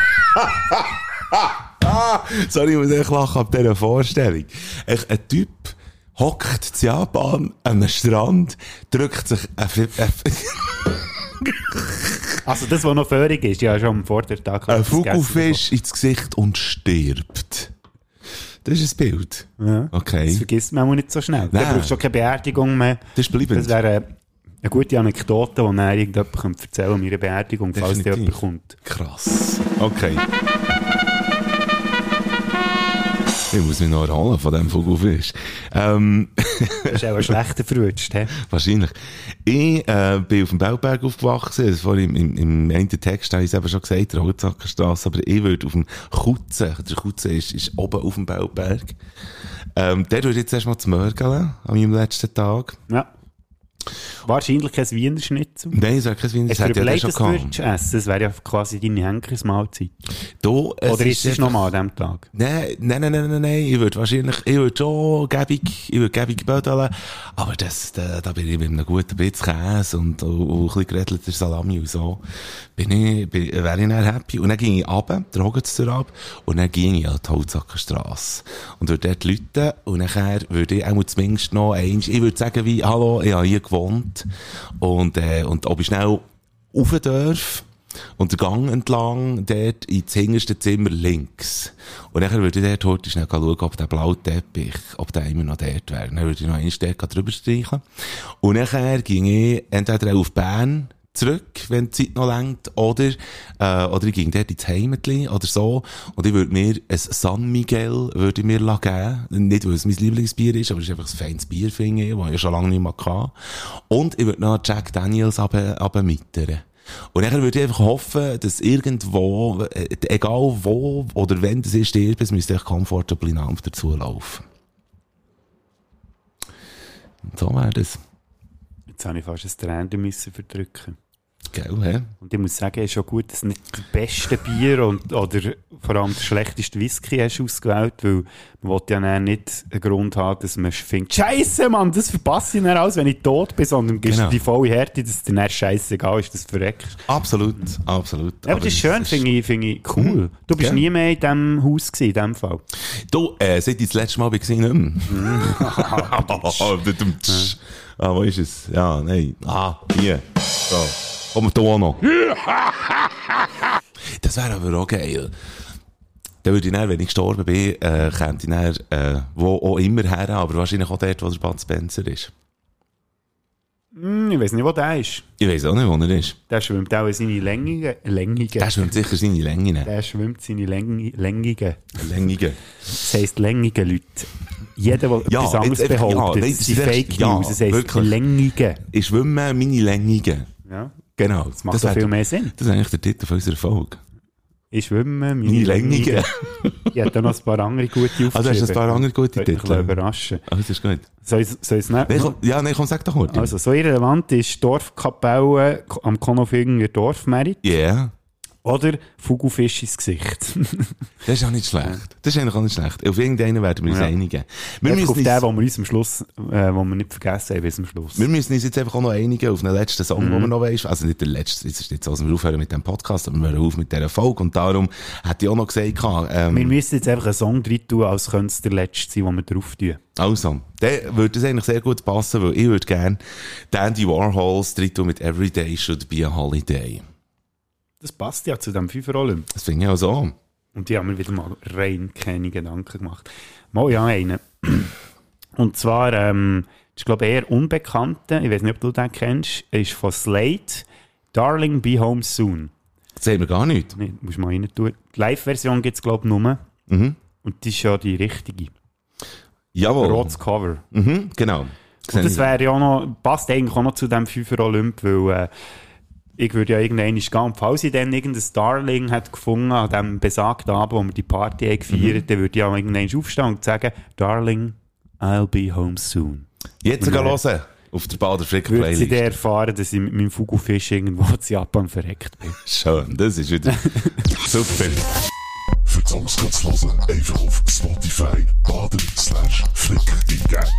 Ah, Sorry, ich muss echt lachen ab dieser Vorstellung. Echt, ein Typ hockt zu Japan an einem Strand, drückt sich ein, Fi- ein, Fi- Also das, was noch förig ist, ja, schon am Vordertag. ein Fugelfisch ins Gesicht und stirbt. Das ist ein Bild. Das Okay. vergisst man auch nicht so schnell. Da Nein. brauchst du auch keine Beerdigung mehr. Das ist bleibend. Das wäre äh, eine gute Anekdote, die dann irgendjemand könnte erzählen an meiner Beerdigung, falls die Definitiv. jemand kommt. Krass. Okay. Ich muss mich noch erholen von diesem Vogelfisch. Ähm, Das ist auch ein schlechter verwünscht. He? Wahrscheinlich. Ich äh, bin auf dem Bauberg aufgewachsen. Das vorhin im, im, im einen Text habe ich es eben schon gesagt, der Holzackerstrasse. Aber ich würde auf dem Kutzen, der Kutzen ist, ist oben auf dem Bauberg. Ähm, der würde ich jetzt erstmal zu Mörgeln an meinem letzten Tag. Ja. Wahrscheinlich kein Wiener Schnitzel. Nein, ich sage es wieder, Hast das du hat ja der überlegt, schon dass du würdest gehabt. essen? Das wäre ja quasi deine Henkersmahlzeit. Du, Oder ist es einfach- nochmal an diesem Tag? Nein, nein, nein, nein, nein, nein, ich würde wahrscheinlich, ich würde schon gäbig, ich würde gäbig bödeln, aber das, da, da bin ich mit einem guten Bitz Käse und, und, und ein bisschen gerätelter Salami und so, bin ich, bin, wäre ich dann happy. Und dann ging ich runter, der Hoggetstür ab, und dann ging ich an die Holzackerstrasse und würde dort läuten und nachher würde ich auch zumindest noch eins, ich würde sagen wie, hallo, ich habe hier gewohnt und, äh, und ob ich schnell rauf darf, und der Gang entlang, dort ins hinterste Zimmer links. Und dann würde ich dort heute schnell schauen, ob der blaue Teppich, ob der immer noch dort wäre. Dann würde ich noch einen Stärke drüber streichen. Und nachher ging ich entweder auch auf Bern, zurück, wenn die Zeit noch längt, oder, äh, oder ich ging dort ins Heimatli, oder so, und ich würde mir ein San Miguel, würde ich mir la geben, nicht, weil es mein Lieblingsbier ist, aber es ist einfach ein feines Bier, finde ich, das ich schon lange nicht mehr hatte, und ich würde noch Jack Daniels runter- runtermittern. Und dann würde ich einfach hoffen, dass irgendwo, äh, egal wo oder wenn das ist, stirbt, es müsste ich comfortably nach dazu laufen. Und so wäre das. Jetzt habe ich fast ein Tränen müssen verdrücken. Gell, hä? Und ich muss sagen, es ist schon gut, dass du nicht die besten Bier und, oder vor allem das schlechteste Whisky hast ausgewählt, weil man will ja dann nicht einen Grund haben, dass man findet, Scheiße, Mann, das verpasse ich dann alles, wenn ich tot bin, sondern gibst Genau. die volle Härte, dass dir dann scheißegal ist, dass du verreckst. Absolut, absolut. Ja, aber das ist schön, finde ich, finde ich cool. Du bist Mhm. Ja. nie mehr in diesem Haus gewesen, in diesem Fall. Du, äh, seit ich das letzte Mal war, nicht mehr. Oh, ah, wo ist es? Ja, nein. Ah, hier. So. Komm, da auch noch. das wäre aber auch geil. Dann würde ich dann, wenn ich gestorben bin, äh, käme ich dann, äh, wo auch immer her, aber wahrscheinlich auch dort, wo der Bud Spencer ist. Hm, ich weiß nicht, wo der ist. Ich weiß auch nicht, wo er ist. Der schwimmt auch in seine Längigen. Längigen. Der schwimmt sicher seine Längen. Der schwimmt seine Längi- Längigen. Längigen. Das heisst längige Leute. Jeder, der Ja, etwas anderes jetzt einfach- ja, behauptet, nein, das sind ist echt- Fake ja, News. Es heisst wirklich. Längige. Ich schwimme meine Längigen. Ja. Genau. Das macht doch wär- viel mehr Sinn. Das ist eigentlich der Titel von unserer Folge. Ich schwimme meine Meine Längigen. Ich hätte da noch ein paar andere gute aufgeschrieben. Also hast du ein paar andere gute Würde mich Titel? überraschen. Ah, das ist gut. Soll ich soll ich es Nein, nicht? komm, ja, nein, komm, sag doch mal. Also, so irrelevant ist Dorfkapelle am Konofinger Dorfmerit Yeah. oder Fugelfisch ins Gesicht. Das ist auch nicht schlecht. Das ist eigentlich auch nicht schlecht. Auf irgendeinen werden wir uns Ja. einigen. Wir Wir müssen auf müssen, den, uns, den wir uns am Schluss, äh, wo wir nicht vergessen haben bis zum Schluss. wir müssen uns jetzt einfach auch noch einigen auf den letzten Mhm. Song, den wir noch weiss. Also nicht der letzte, es ist nicht so, dass wir aufhören mit dem Podcast, aber wir hören auf mit dieser Folge. Und darum hätte ich auch noch gesagt, ähm, Wir müssen jetzt einfach einen Song drin tun, als könnte es der letzte sein, den wir drauf tun. Also, dann würde es eigentlich sehr gut passen, weil ich würde gerne Dandy Warhols Trito mit Every Day Should Be a Holiday. Das passt ja zu dem Fünfer Olymp. Das finde ich auch so. Und die haben mir wieder mal rein keine Gedanken gemacht. Mal ja einen. Und zwar, ähm, das ist glaube ich eher Unbekannte, ich weiß nicht, ob du den kennst, ist von Slate, Darling Be Home Soon. Das sehen wir gar nicht. Nee, musst du mal rein tun. Die Live-Version gibt es glaube ich nur. Mhm. Oh. Und die ist ja die richtige. Jawohl. Rotes Cover. Mhm, genau. Und das wäre ja auch noch, passt eigentlich auch noch zu dem Fünfer Olymp, weil äh, ich würde ja irgendwann gehen. Und falls ich dann irgendein Darling hat gefunden an dem besagten Abend, wo wir die Party haben Mhm. gefeiert, dann würde ich auch irgendwann aufstehen und sagen, Darling, I'll be home soon. Jetzt gehen hören. Auf der Bader Fricker Würde sie dann Playlist. erfahren, dass ich mit meinem Fugelfisch irgendwo in Japan verreckt bin. Schön, das ist wieder super. Für die Songs kannst du hören, einfach auf Spotify, Bader slash Flick eingeben.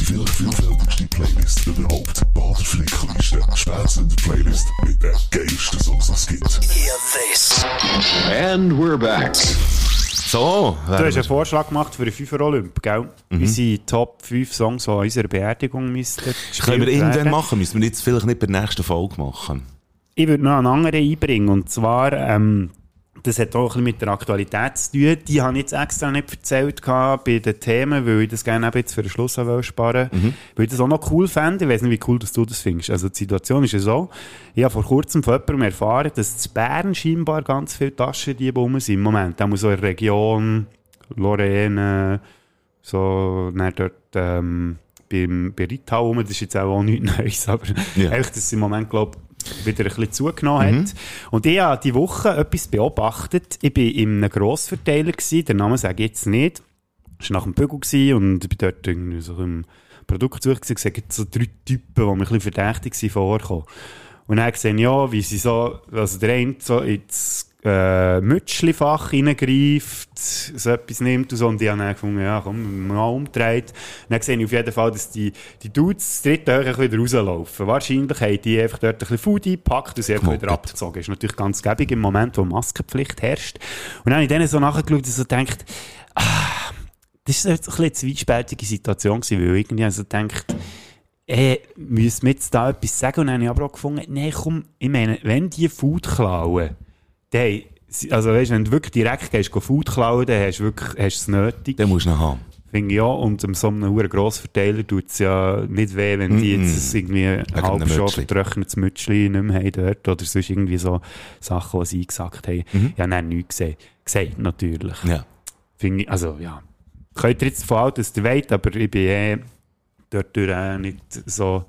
Die vielleicht vielfältigste Playlist überhaupt. Bader Flick-Liste. Spätsender Playlist mit den geilsten Songs, die es gibt. So, Du hast einen wären wir- Vorschlag gemacht für den Fünfer Olymp, gell? Unsere Top 5 Songs, die an unserer Beerdigung müssten. Mhm. können wir gespielt irgendwann werden. machen, müssen wir jetzt vielleicht nicht bei der nächsten Folge machen. Ich würde noch einen anderen einbringen. Und zwar, ähm, das hat auch ein bisschen mit der Aktualität zu tun. Die habe ich jetzt extra nicht erzählt gehabt bei den Themen, weil ich das gerne eben jetzt für den Schluss auch sparen wollte. Weil ich das auch noch cool fände. Ich weiß nicht, wie cool dass du das findest. Also die Situation ist ja so. Ich habe vor kurzem von jemandem erfahren, dass zu Bern scheinbar ganz viele Taschendiebe rum sind im Moment. Auch so in der Region, Lorraine, so, dann dort ähm, beim, bei Rittau rum, das ist jetzt auch, auch nichts Neues, aber Ja. einfach, dass es im Moment, glaube wieder ein bisschen zugenommen hat. Und ich habe diese Woche etwas beobachtet. Ich war in einem Grossverteiler, gewesen, den Namen sage ich jetzt nicht. Ich war nach dem Bügel gewesen und ich bin dort irgendwie so im Produktsuch gewesen. Es gibt so drei Typen, die mir ein bisschen verdächtig sind vorkommen. Und dann gesehen, ja, wie sie so, also der eine so ins äh, Mütschlifach reingreift, so etwas nimmt und so. Und ich habe dann gefunden, ja, komm, mal umdreht. Und dann sehe ich auf jeden Fall, dass die, die Dudes das dritte Höhe ein bisschen wieder rauslaufen. Wahrscheinlich haben die einfach dort ein bisschen Foodie gepackt und sie einfach wieder Gemobbt. abgezogen. Ist natürlich ganz gäbig im Moment, wo Maskenpflicht herrscht. Und dann habe ich denen so nachgeschaut und so gedacht, das war jetzt ein bisschen eine zwiespältige Situation, gewesen, weil ich irgendwie also gedacht, äh, müssen wir jetzt da etwas sagen? Und dann habe ich aber auch gefunden, nein, komm, ich meine, wenn die Food klauen, dann, haben sie- also weißt, wenn du wirklich direkt gehst, go Food klauen, dann hast du wirklich, hast du es nötig. Den musst du noch haben. Finde Finde ich ja. Und um so einem hohen Grossverteiler tut es ja nicht weh, wenn die Mm-mm. jetzt irgendwie ein einem halb schon Mützli. getrocknetes Mützli nicht mehr haben dort oder sonst irgendwie so Sachen, die sie eingesagt haben. Mhm. Ich habe dann nichts gesehen. Gesagt, natürlich. Ja. Finde ich, also ja. Könnt ihr jetzt von allem, dass ihr wollt, aber ich bin eh dort auch nicht so,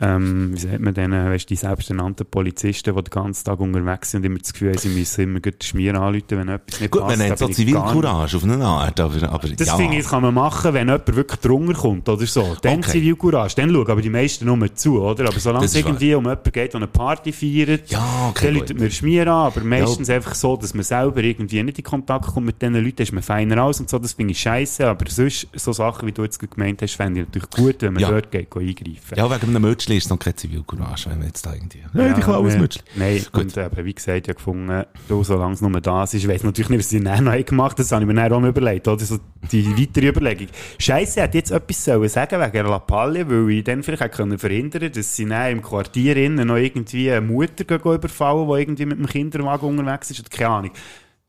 ähm, wie sagt man denen, weißt du, die selbsternannten Polizisten, die den ganzen Tag unterwegs sind und immer das Gefühl haben, sie müssen immer gut Schmier anrufen, wenn etwas nicht Gut, passt. man nennt Da so bin ich gar nicht- Zivilcourage auf eine Art, aber, aber das ja. finde ich, das kann man machen, wenn jemand wirklich drunter kommt oder so. Dann Okay. Zivilcourage, dann schauen aber die meisten nur zu, oder? Aber solange Das es ist irgendwie um jemanden geht, der eine Party feiert, Ja, okay, dann gut. läutet man Schmier an, aber meistens einfach so, dass man selber irgendwie nicht in Kontakt kommt mit diesen Leuten, ist man feiner aus und so, das finde ich scheiße, aber sonst, so Sachen, wie du jetzt gemeint hast, fände ich natürlich gut, wenn man Ja. dort geht, geht eingreifen. ja, wegen einem Mützli ist es noch keine Zivilcourage, wenn man jetzt da irgendwie... Ja, Nein, ich kann alles nein. Mützli. Nein, Gut. und eben, wie gesagt, ich habe gefunden, du, solange es nur das ist, ich weiss natürlich nicht, was sie dann noch haben gemacht das habe ich mir dann auch noch überlegt, oder? So die weitere Überlegung. Scheisse, hätte ich jetzt etwas sollen sagen wegen La Palle, weil ich dann vielleicht hätte können verhindern dass sie dann im Quartier innen noch irgendwie eine Mutter gehen überfallen, die irgendwie mit dem Kinderwagen unterwegs ist, oder keine Ahnung.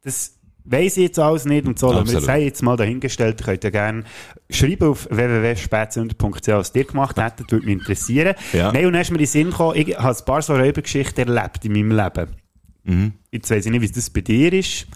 Das weiss ich jetzt alles nicht und so. lassen Wir Absolut. jetzt, sei jetzt mal dahingestellt, könnt ihr gerne schreiben auf www.spätzünder.ch, was ihr gemacht hättet, würde mich interessieren. Ja. Nein, und dann ist mir in den Sinn gekommen, ich habe ein paar so Räubergeschichten erlebt in meinem Leben. Mhm. Jetzt weiss ich nicht, wie das bei dir ist.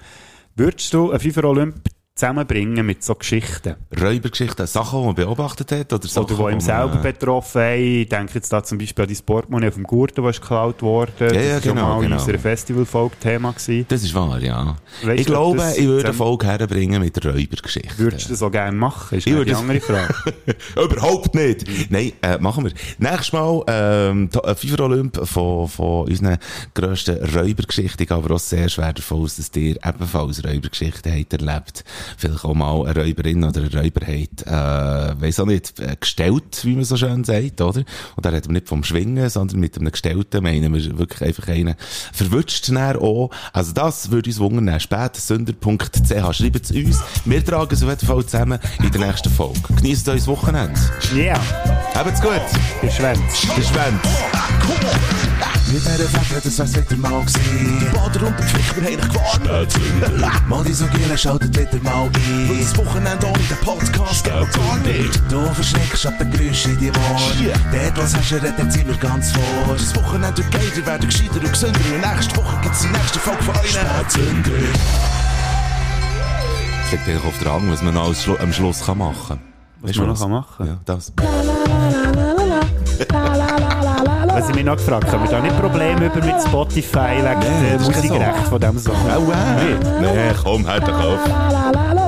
Würdest du einen FIFA Olymp zusammenbringen mit so Geschichten? Räubergeschichten, Sachen, die man beobachtet hat, oder Sachen, Oder die man- ihm selber betroffen haben. Ich denke jetzt da zum Beispiel an dein Portemonnaie auf dem Gurten, was geklaut worden. Ja, ja, das war genau, mal in genau. unserer Festivalfolge Thema. Gewesen. Das ist wahr, ja. Weißt ich du, glaube, das ich würde eine zusammen- Folge herbringen mit Räubergeschichten. Würdest du das auch gerne machen? Ist Ich eine würde- andere Frage. Überhaupt nicht. Mhm. Nein, äh, machen wir. Nächstes Mal ähm, die- äh, FIFA Olymp von, von unseren grössten Räubergeschichten. Ich gehe aber auch sehr schwer davon aus, dass ihr ebenfalls Räubergeschichten habt erlebt. Vielleicht auch mal eine Räuberin oder einen Räuber habt, äh, weiss auch nicht, äh, gestellt, wie man so schön sagt, oder? Und da reden wir nicht vom Schwingen, sondern mit einem Gestellten meinen wir wirklich einfach einen verwünscht näher auch. Also das würde uns wundern. Spätsünder.ch. Schreibt es uns. Wir tragen es auf jeden Fall zusammen in der nächsten Folge. Genießt euer Wochenende. Ja, Habt's gut. ihr schwänzt. Bis spät. Mit dieser Wette, das wär's wieder mal gewesen. Die Bader und der Ficker haben dich gewarnt. Mal die so gerne schaltet wieder mal ein. Und das Wochenende ohne den Podcast geht gar nicht. Du verschreckst ab den Geräuschen in die Wohnung. Dort, was hast du, reden sind wir ganz vor. Das Wochenende wird geiler, werden gescheiter und gesünder. Und nächste Woche gibt's die nächste Folge von euren Zünder. Es liegt eigentlich auf der Hand, was man noch als Schlu am Schluss kann machen Was Weißt man du noch machen kann. Ja, das. Was Also, ich mich noch gefragt habe, haben wir da nicht Probleme über mit Spotify wegen Nein, der das ist kein Musikrecht Song. von diesem Song? Au, wow. Nicht? Nee, komm, halt doch auf. la la la